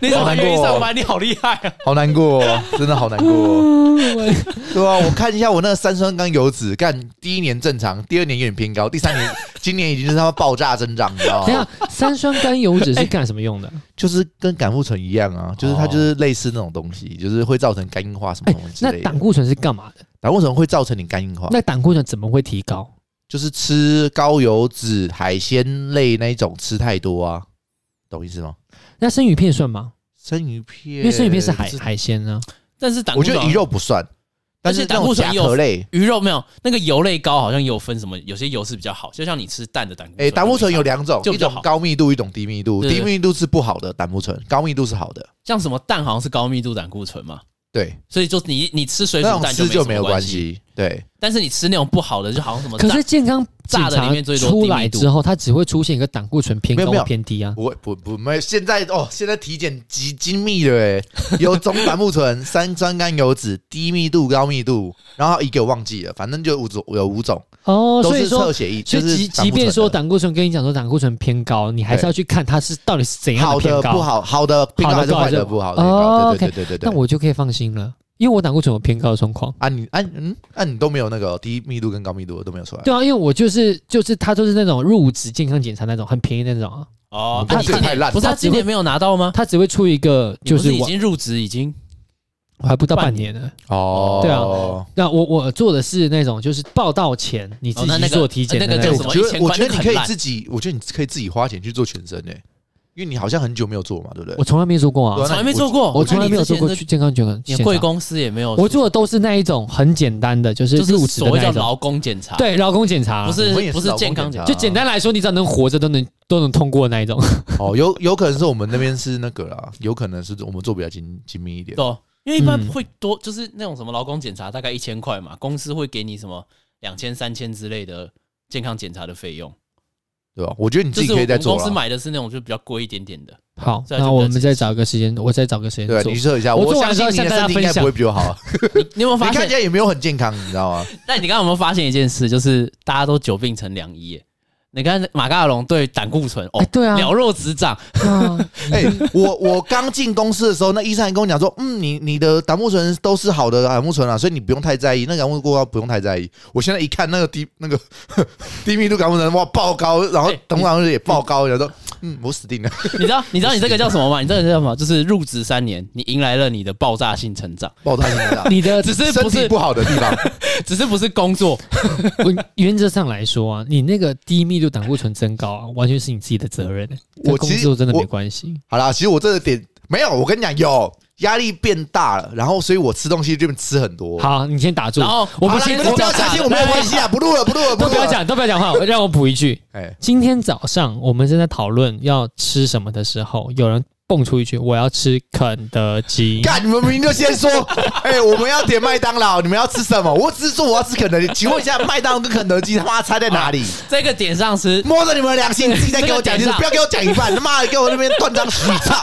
Speaker 2: 你怎么还愿意上班？你好厉害啊！
Speaker 1: 好难过、哦，真的好难过、 哦。对啊，我看一下我那个三酸甘油脂，干第一年正常，第二年有点偏高，第三年今年已经是他妈爆炸增长，你知道
Speaker 3: 等一
Speaker 1: 吗
Speaker 3: 下？，三酸甘油脂是干什么用的？
Speaker 1: 就是跟胆固醇一样啊，就是它就是类似那种东西，就是会造成肝硬化什么
Speaker 3: 哦哎
Speaker 1: 东西之
Speaker 3: 那
Speaker 1: 类的
Speaker 3: 胆。固醇是干嘛的？
Speaker 1: 胆固醇会造成你肝硬化，
Speaker 3: 那胆固醇怎么会提高？
Speaker 1: 就是吃高油脂、海鲜类那一种吃太多啊，懂意思吗？
Speaker 3: 那生鱼片算吗？
Speaker 1: 生鱼片，
Speaker 3: 因为生鱼片是海
Speaker 1: 不
Speaker 3: 海鲜啊呢。
Speaker 2: 但是胆固
Speaker 1: 我觉得
Speaker 2: 醇
Speaker 1: 鱼肉不算，但
Speaker 2: 但是
Speaker 1: 是
Speaker 2: 胆固醇
Speaker 1: 那
Speaker 2: 也
Speaker 1: 种甲
Speaker 2: 有
Speaker 1: 壳类，
Speaker 2: 鱼肉没有那个油类高，好像也有分什么，有些油是比较好，就像你吃蛋的胆固醇。
Speaker 1: 诶，哎胆固醇有两种，
Speaker 2: 就
Speaker 1: 一
Speaker 2: 比较
Speaker 1: 种
Speaker 2: 好
Speaker 1: 高密度，一种低密度。
Speaker 2: 对对
Speaker 1: 低密度是不好的胆固醇，高密度是好的。
Speaker 2: 像什么蛋好像是高密度胆固醇嘛，
Speaker 1: 对，
Speaker 2: 所以就你你吃水
Speaker 1: 那
Speaker 2: 煮
Speaker 1: 种
Speaker 2: 蛋
Speaker 1: 吃就
Speaker 2: 没
Speaker 1: 没
Speaker 2: 什
Speaker 1: 有
Speaker 2: 么关
Speaker 1: 关，系。对，
Speaker 2: 但是你吃那种不好的，就好像什么
Speaker 3: 可
Speaker 2: 蛋，
Speaker 3: 是健康检
Speaker 2: 炸的里
Speaker 3: 查
Speaker 2: 面最多
Speaker 3: 出
Speaker 2: 低密
Speaker 3: 来
Speaker 2: 度
Speaker 3: 之后，它只会出现一个胆固醇偏
Speaker 1: 没有
Speaker 3: 高
Speaker 1: 没有
Speaker 3: 偏 低啊。
Speaker 1: 不会不不没有。现在哦，现在体检极精密的诶， 有总胆固醇、 三酸甘油脂、低密度、高密度，然后一个我忘记了，反正就五种有五种，
Speaker 3: 哦，
Speaker 1: 都
Speaker 3: 所以
Speaker 1: 是
Speaker 3: 说
Speaker 1: 测，血液，
Speaker 3: 所
Speaker 1: 就
Speaker 3: 以
Speaker 1: 是胆
Speaker 3: 即
Speaker 1: 固醇
Speaker 3: 即便说
Speaker 1: 的
Speaker 3: 胆固醇跟你讲说胆固醇偏高，你还是
Speaker 1: 对
Speaker 3: 要去看它是到底是怎样
Speaker 1: 好
Speaker 3: 偏
Speaker 1: 的
Speaker 3: 高。
Speaker 1: 不好，好的偏高还是
Speaker 3: 好的
Speaker 1: 坏的
Speaker 3: 不
Speaker 1: 不好
Speaker 3: 好就
Speaker 1: 的偏高，
Speaker 3: 哦
Speaker 1: 对对对对对
Speaker 3: 那
Speaker 1: 对。
Speaker 3: 我就可以放心了，因为我胆固醇有偏高的状况。
Speaker 1: 啊你啊嗯啊你都没有那个低密度跟高密度都没有出来，
Speaker 3: 对啊，因为我就是就是它就是那种入职健康检查那种很便宜的那种啊，
Speaker 2: 哦，
Speaker 1: 那
Speaker 2: 啊你
Speaker 1: 这
Speaker 2: 今
Speaker 1: 个太
Speaker 2: 年
Speaker 1: 烂
Speaker 2: 不
Speaker 1: 了。
Speaker 2: 是他今年没有拿到吗？
Speaker 3: 它只会出一个
Speaker 2: 你
Speaker 3: 就
Speaker 2: 不是已
Speaker 3: 我
Speaker 2: 经入职已经
Speaker 3: 我还不到半
Speaker 2: 半
Speaker 3: 年呢。
Speaker 1: 哦，
Speaker 3: 对啊那我我做的是那种就是报道前你自
Speaker 2: 哦那
Speaker 3: 己
Speaker 2: 那个
Speaker 3: 做体检
Speaker 2: 呃
Speaker 3: 的
Speaker 2: 那个
Speaker 3: 那
Speaker 1: 哎
Speaker 2: 叫
Speaker 3: 种
Speaker 2: 什么
Speaker 1: 我觉得我觉得你
Speaker 2: 一千块那个
Speaker 1: 可
Speaker 2: 很
Speaker 1: 以
Speaker 2: 烂
Speaker 1: 自己，我觉得你可以自己花钱去做全身诶、因为你好像很久没有做嘛，对不对
Speaker 3: 我？从来没做过
Speaker 1: 对
Speaker 3: 啊
Speaker 1: 啊，
Speaker 2: 从来没做过，
Speaker 3: 我
Speaker 2: 看
Speaker 3: 从来
Speaker 2: 你
Speaker 3: 没有
Speaker 2: 之
Speaker 3: 做
Speaker 2: 前
Speaker 3: 过
Speaker 2: 的
Speaker 3: 去健康检查检
Speaker 2: 你
Speaker 3: 查。
Speaker 2: 贵公司也没有，
Speaker 3: 我做的都是那一种很简单的，就是
Speaker 2: 就是
Speaker 3: 入职的
Speaker 2: 所谓
Speaker 3: 那
Speaker 2: 叫
Speaker 3: 一种，
Speaker 2: 劳工检查，，
Speaker 3: 对啊劳工检查，
Speaker 2: 不
Speaker 1: 我们也
Speaker 2: 是不
Speaker 1: 是
Speaker 2: 是
Speaker 1: 劳工
Speaker 2: 健康
Speaker 1: 检
Speaker 2: 检
Speaker 1: 查
Speaker 2: 查，
Speaker 3: 就简单来说，你只要能活着都能都能通过那一种。
Speaker 1: 哦，有有可能是我们那边是那个啦，有可能是我们做比较精精密一点。
Speaker 2: 对，啊因为一般
Speaker 3: 嗯
Speaker 2: 会多就是那种什么劳工检查大概一千块嘛，公司会给你什么两千三千之类的健康检查的费用，
Speaker 1: 对吧？我觉得你自
Speaker 2: 就
Speaker 1: 己可
Speaker 2: 是我
Speaker 1: 以再
Speaker 2: 们
Speaker 1: 做啊
Speaker 2: 公司
Speaker 1: 啦。
Speaker 2: 买的是那种就比较贵一点点的，
Speaker 3: 好，
Speaker 2: 啊这样就比
Speaker 3: 那
Speaker 2: 较
Speaker 3: 我们
Speaker 2: 清
Speaker 3: 再找个时间，我再找个时
Speaker 1: 对啊，
Speaker 3: 间做
Speaker 1: 你。测一下，
Speaker 3: 我做
Speaker 1: 相
Speaker 3: 完之
Speaker 1: 信
Speaker 3: 后
Speaker 1: 你的
Speaker 3: 向大家
Speaker 1: 身体应该
Speaker 3: 分享
Speaker 1: 不会比我 好。啊
Speaker 2: 你你 有没有
Speaker 1: 你
Speaker 2: 发
Speaker 1: 看
Speaker 2: 现
Speaker 1: 起？来也没有很健康，你知 道吗？
Speaker 2: 那你刚刚有没有发现一件事，就是大家都久病成良医耶？你看马嘎龙对胆固醇哦
Speaker 3: 哎，，对啊，
Speaker 2: 了若指掌，
Speaker 3: 啊
Speaker 1: 哎，我我刚进公司的时候，那医生还跟我讲说，嗯，你你的胆固醇都是好的胆固醇啊，所以你不用太在意，那个胆固醇过高不用太在意。我现在一看那个低那个 低密度胆固醇哇爆高，然后
Speaker 2: 哎
Speaker 1: 胆固醇也爆高，然后说嗯我死定了，
Speaker 2: 你知道你知道你这个叫什么吗？你这个叫什么？就是入职三年，你迎来了你的爆炸性成长，
Speaker 1: 爆炸性的。
Speaker 3: 你的
Speaker 2: 只是
Speaker 1: 身
Speaker 2: 不
Speaker 1: 体
Speaker 2: 是
Speaker 1: 不好的地方，
Speaker 2: 只是不是工作，
Speaker 3: 我原则上来说啊，你那个低密度胆固醇增高啊，完全是你自己的责任、
Speaker 1: 我
Speaker 3: 跟工
Speaker 1: 其实
Speaker 3: 作真的
Speaker 1: 我
Speaker 3: 没关系。
Speaker 1: 好啦，其实我这个点没有，我跟你讲，有压力变大了，然后所以我吃东西就变吃很多。
Speaker 3: 好，你先打住。
Speaker 2: 然后
Speaker 3: 我
Speaker 1: 好
Speaker 3: 们
Speaker 1: 啦，
Speaker 3: 先
Speaker 1: 你们都不要相信我没有关系啊，不录了，不录了，
Speaker 3: 都
Speaker 1: 录
Speaker 3: 不要
Speaker 1: 了。
Speaker 3: 讲，都不要讲话，我让我补一句。
Speaker 1: 哎，
Speaker 3: 今天早上我们正在讨论要吃什么的时候，有人蹦出一句：“我要吃肯德基。
Speaker 1: 干，你们明明就先说，哎，我们要点麦当劳，你们要吃什么？我只是说我要吃肯德基，请问一下，麦当劳跟肯德基他妈差在 哪里？
Speaker 2: 这个点上吃
Speaker 1: 摸着你们的良心，你自己再给我讲，
Speaker 2: 这
Speaker 1: 就
Speaker 2: 个
Speaker 1: 是
Speaker 2: 点上
Speaker 1: 不要给我讲一半，他妈的给我那边断章取义，操，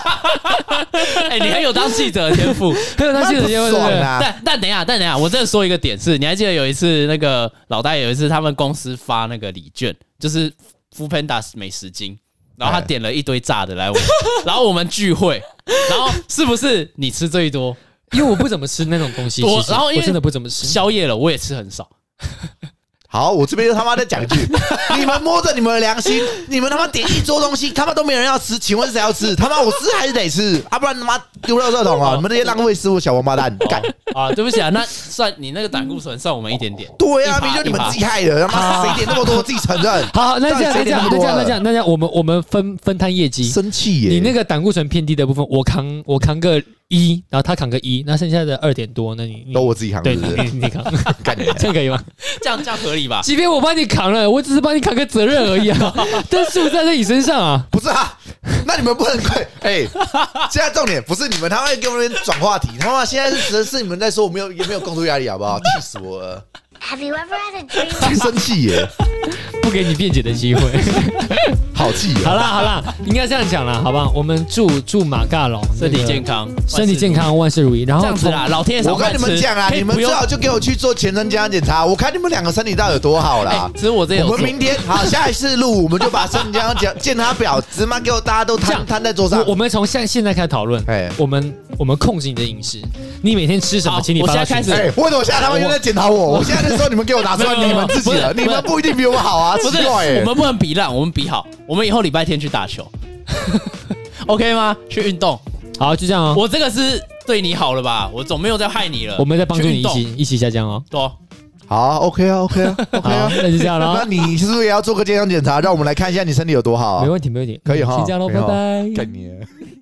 Speaker 2: 哎、你很有当记者的 天赋。”
Speaker 3: 对， 他记得
Speaker 1: 妈不爽啊！
Speaker 2: 但但等一下，但等一下，我再说一个点是，你还记得有一次那个老大有一次他们公司发那个礼券，就是 f o o Panda 美食金，然后他
Speaker 1: 哎
Speaker 2: 点了一堆炸的 来我们，然后我们聚会，然后是不是你吃最多，
Speaker 3: 因为我不怎么吃那种东西，
Speaker 2: 我
Speaker 3: 其实
Speaker 2: 然后因为
Speaker 3: 我真的不怎么吃。
Speaker 2: 宵夜了我也吃很少，
Speaker 1: 好，我这边又他妈再讲一句， 你们摸着你们的良心，你们他妈点一桌东西，他妈都没有人要吃，请问谁要吃？他妈我吃还是得吃，啊，不然他妈丢垃圾桶
Speaker 3: 哦
Speaker 1: 啊！你们这些浪费食物小王八蛋，干！
Speaker 2: 啊，对不起啊，那算你那个胆固醇算我们一点 点。
Speaker 1: 对啊，
Speaker 2: 一把
Speaker 1: 明明就你们
Speaker 2: 一把
Speaker 1: 自己害的，他妈谁点那么多，自己承认，
Speaker 3: 好，那
Speaker 1: 到
Speaker 3: 这样，那
Speaker 1: 底谁
Speaker 3: 这
Speaker 1: 点
Speaker 3: 样，那
Speaker 1: 那么
Speaker 3: 这
Speaker 1: 多
Speaker 3: 样，
Speaker 1: 啊
Speaker 3: 那这样，那这样，我们我们分分摊业绩。
Speaker 1: 生气耶！
Speaker 3: 你那个胆固醇偏低的部分，我扛我扛个一，然后他扛个一，那剩下的二点多，那你你
Speaker 1: 都我自己扛，
Speaker 3: 对
Speaker 1: 是不
Speaker 3: 你
Speaker 1: 是？
Speaker 3: 你你扛，
Speaker 1: 干你！
Speaker 3: 这样可以吗？
Speaker 2: 这样这样合理吧？
Speaker 3: 即便我帮你扛了，我只是帮你扛个责任而已 啊，但是我在在你身上啊。
Speaker 1: 不是啊，那你们不能 怪哎、现在重点不是你们，他会给我们转话题，他妈现在是是你们在说我没有也没有工作压力，好不好？气死我 了，
Speaker 4: Have you ever had a dream?
Speaker 1: 生气耶，
Speaker 3: 不给你辩解的机会。
Speaker 1: 好气哦
Speaker 3: 好
Speaker 1: 呀！
Speaker 3: 啦好啦，应该这样讲啦，好吧？我们祝祝马尬龙
Speaker 2: 身体健
Speaker 3: 康，
Speaker 2: 康，
Speaker 3: 身体健康，万事如意。然后
Speaker 2: 这样子啦，老天爷
Speaker 1: 我
Speaker 2: 赏
Speaker 1: 跟
Speaker 2: 饭
Speaker 1: 你
Speaker 2: 吃。
Speaker 1: 们讲啊，
Speaker 2: 可以
Speaker 1: 你们
Speaker 2: 不
Speaker 1: 最
Speaker 2: 用
Speaker 1: 好就给我去做全身健康检查，我看你们两个身体到底有多好
Speaker 2: 哎
Speaker 1: 啦。
Speaker 2: 其实我这有
Speaker 1: 啊我
Speaker 2: 做
Speaker 1: 们明天好，下一次录我们就把身体健康检检查表，直妈给我大家都
Speaker 3: 这样
Speaker 1: 摊摊在桌
Speaker 3: 从
Speaker 1: 上
Speaker 3: 我。我们从现现在开始讨论
Speaker 1: 哎，
Speaker 3: 我们我们控制你的饮食，你每天吃什么，
Speaker 2: 好
Speaker 3: 请你
Speaker 2: 我
Speaker 3: 发
Speaker 2: 现
Speaker 3: 到
Speaker 2: 在开
Speaker 3: 群
Speaker 2: 始
Speaker 3: 组
Speaker 1: 哎、为什么现在他们又在检讨我？我现在的时候，你们给我拿出来
Speaker 2: 没有没
Speaker 1: 你
Speaker 2: 有
Speaker 1: 们自己
Speaker 2: 没有
Speaker 1: 的，
Speaker 2: 不
Speaker 1: 你
Speaker 2: 是
Speaker 1: 们不一定比我好啊，
Speaker 2: 不
Speaker 1: 奇
Speaker 2: 是，
Speaker 1: 怪、欸。
Speaker 2: 我们不能比烂，我们比好。我们以后礼拜天去打球 ，OK 吗？去运动。
Speaker 3: 好，就这样哦。
Speaker 2: 我这个是对你好了吧？我总没有在害你了。
Speaker 3: 我们在帮助
Speaker 2: 去
Speaker 3: 你
Speaker 2: 运
Speaker 3: 一
Speaker 2: 动
Speaker 3: 起一起下降哦。
Speaker 2: 对哦，
Speaker 1: 好啊，OK 啊，OK 啊，OK
Speaker 3: 好
Speaker 1: 啊，。
Speaker 3: 那就这样
Speaker 1: 那
Speaker 3: 了，
Speaker 1: 你是不是也要做个健康检查？让我们来看一下你身体有多好、
Speaker 3: 没
Speaker 1: 啊？
Speaker 3: 问题没问题，嗯
Speaker 1: 可以哈
Speaker 3: 先这样喽，
Speaker 1: 可以
Speaker 3: 拜
Speaker 1: 哈
Speaker 3: 拜。
Speaker 1: 看你。啊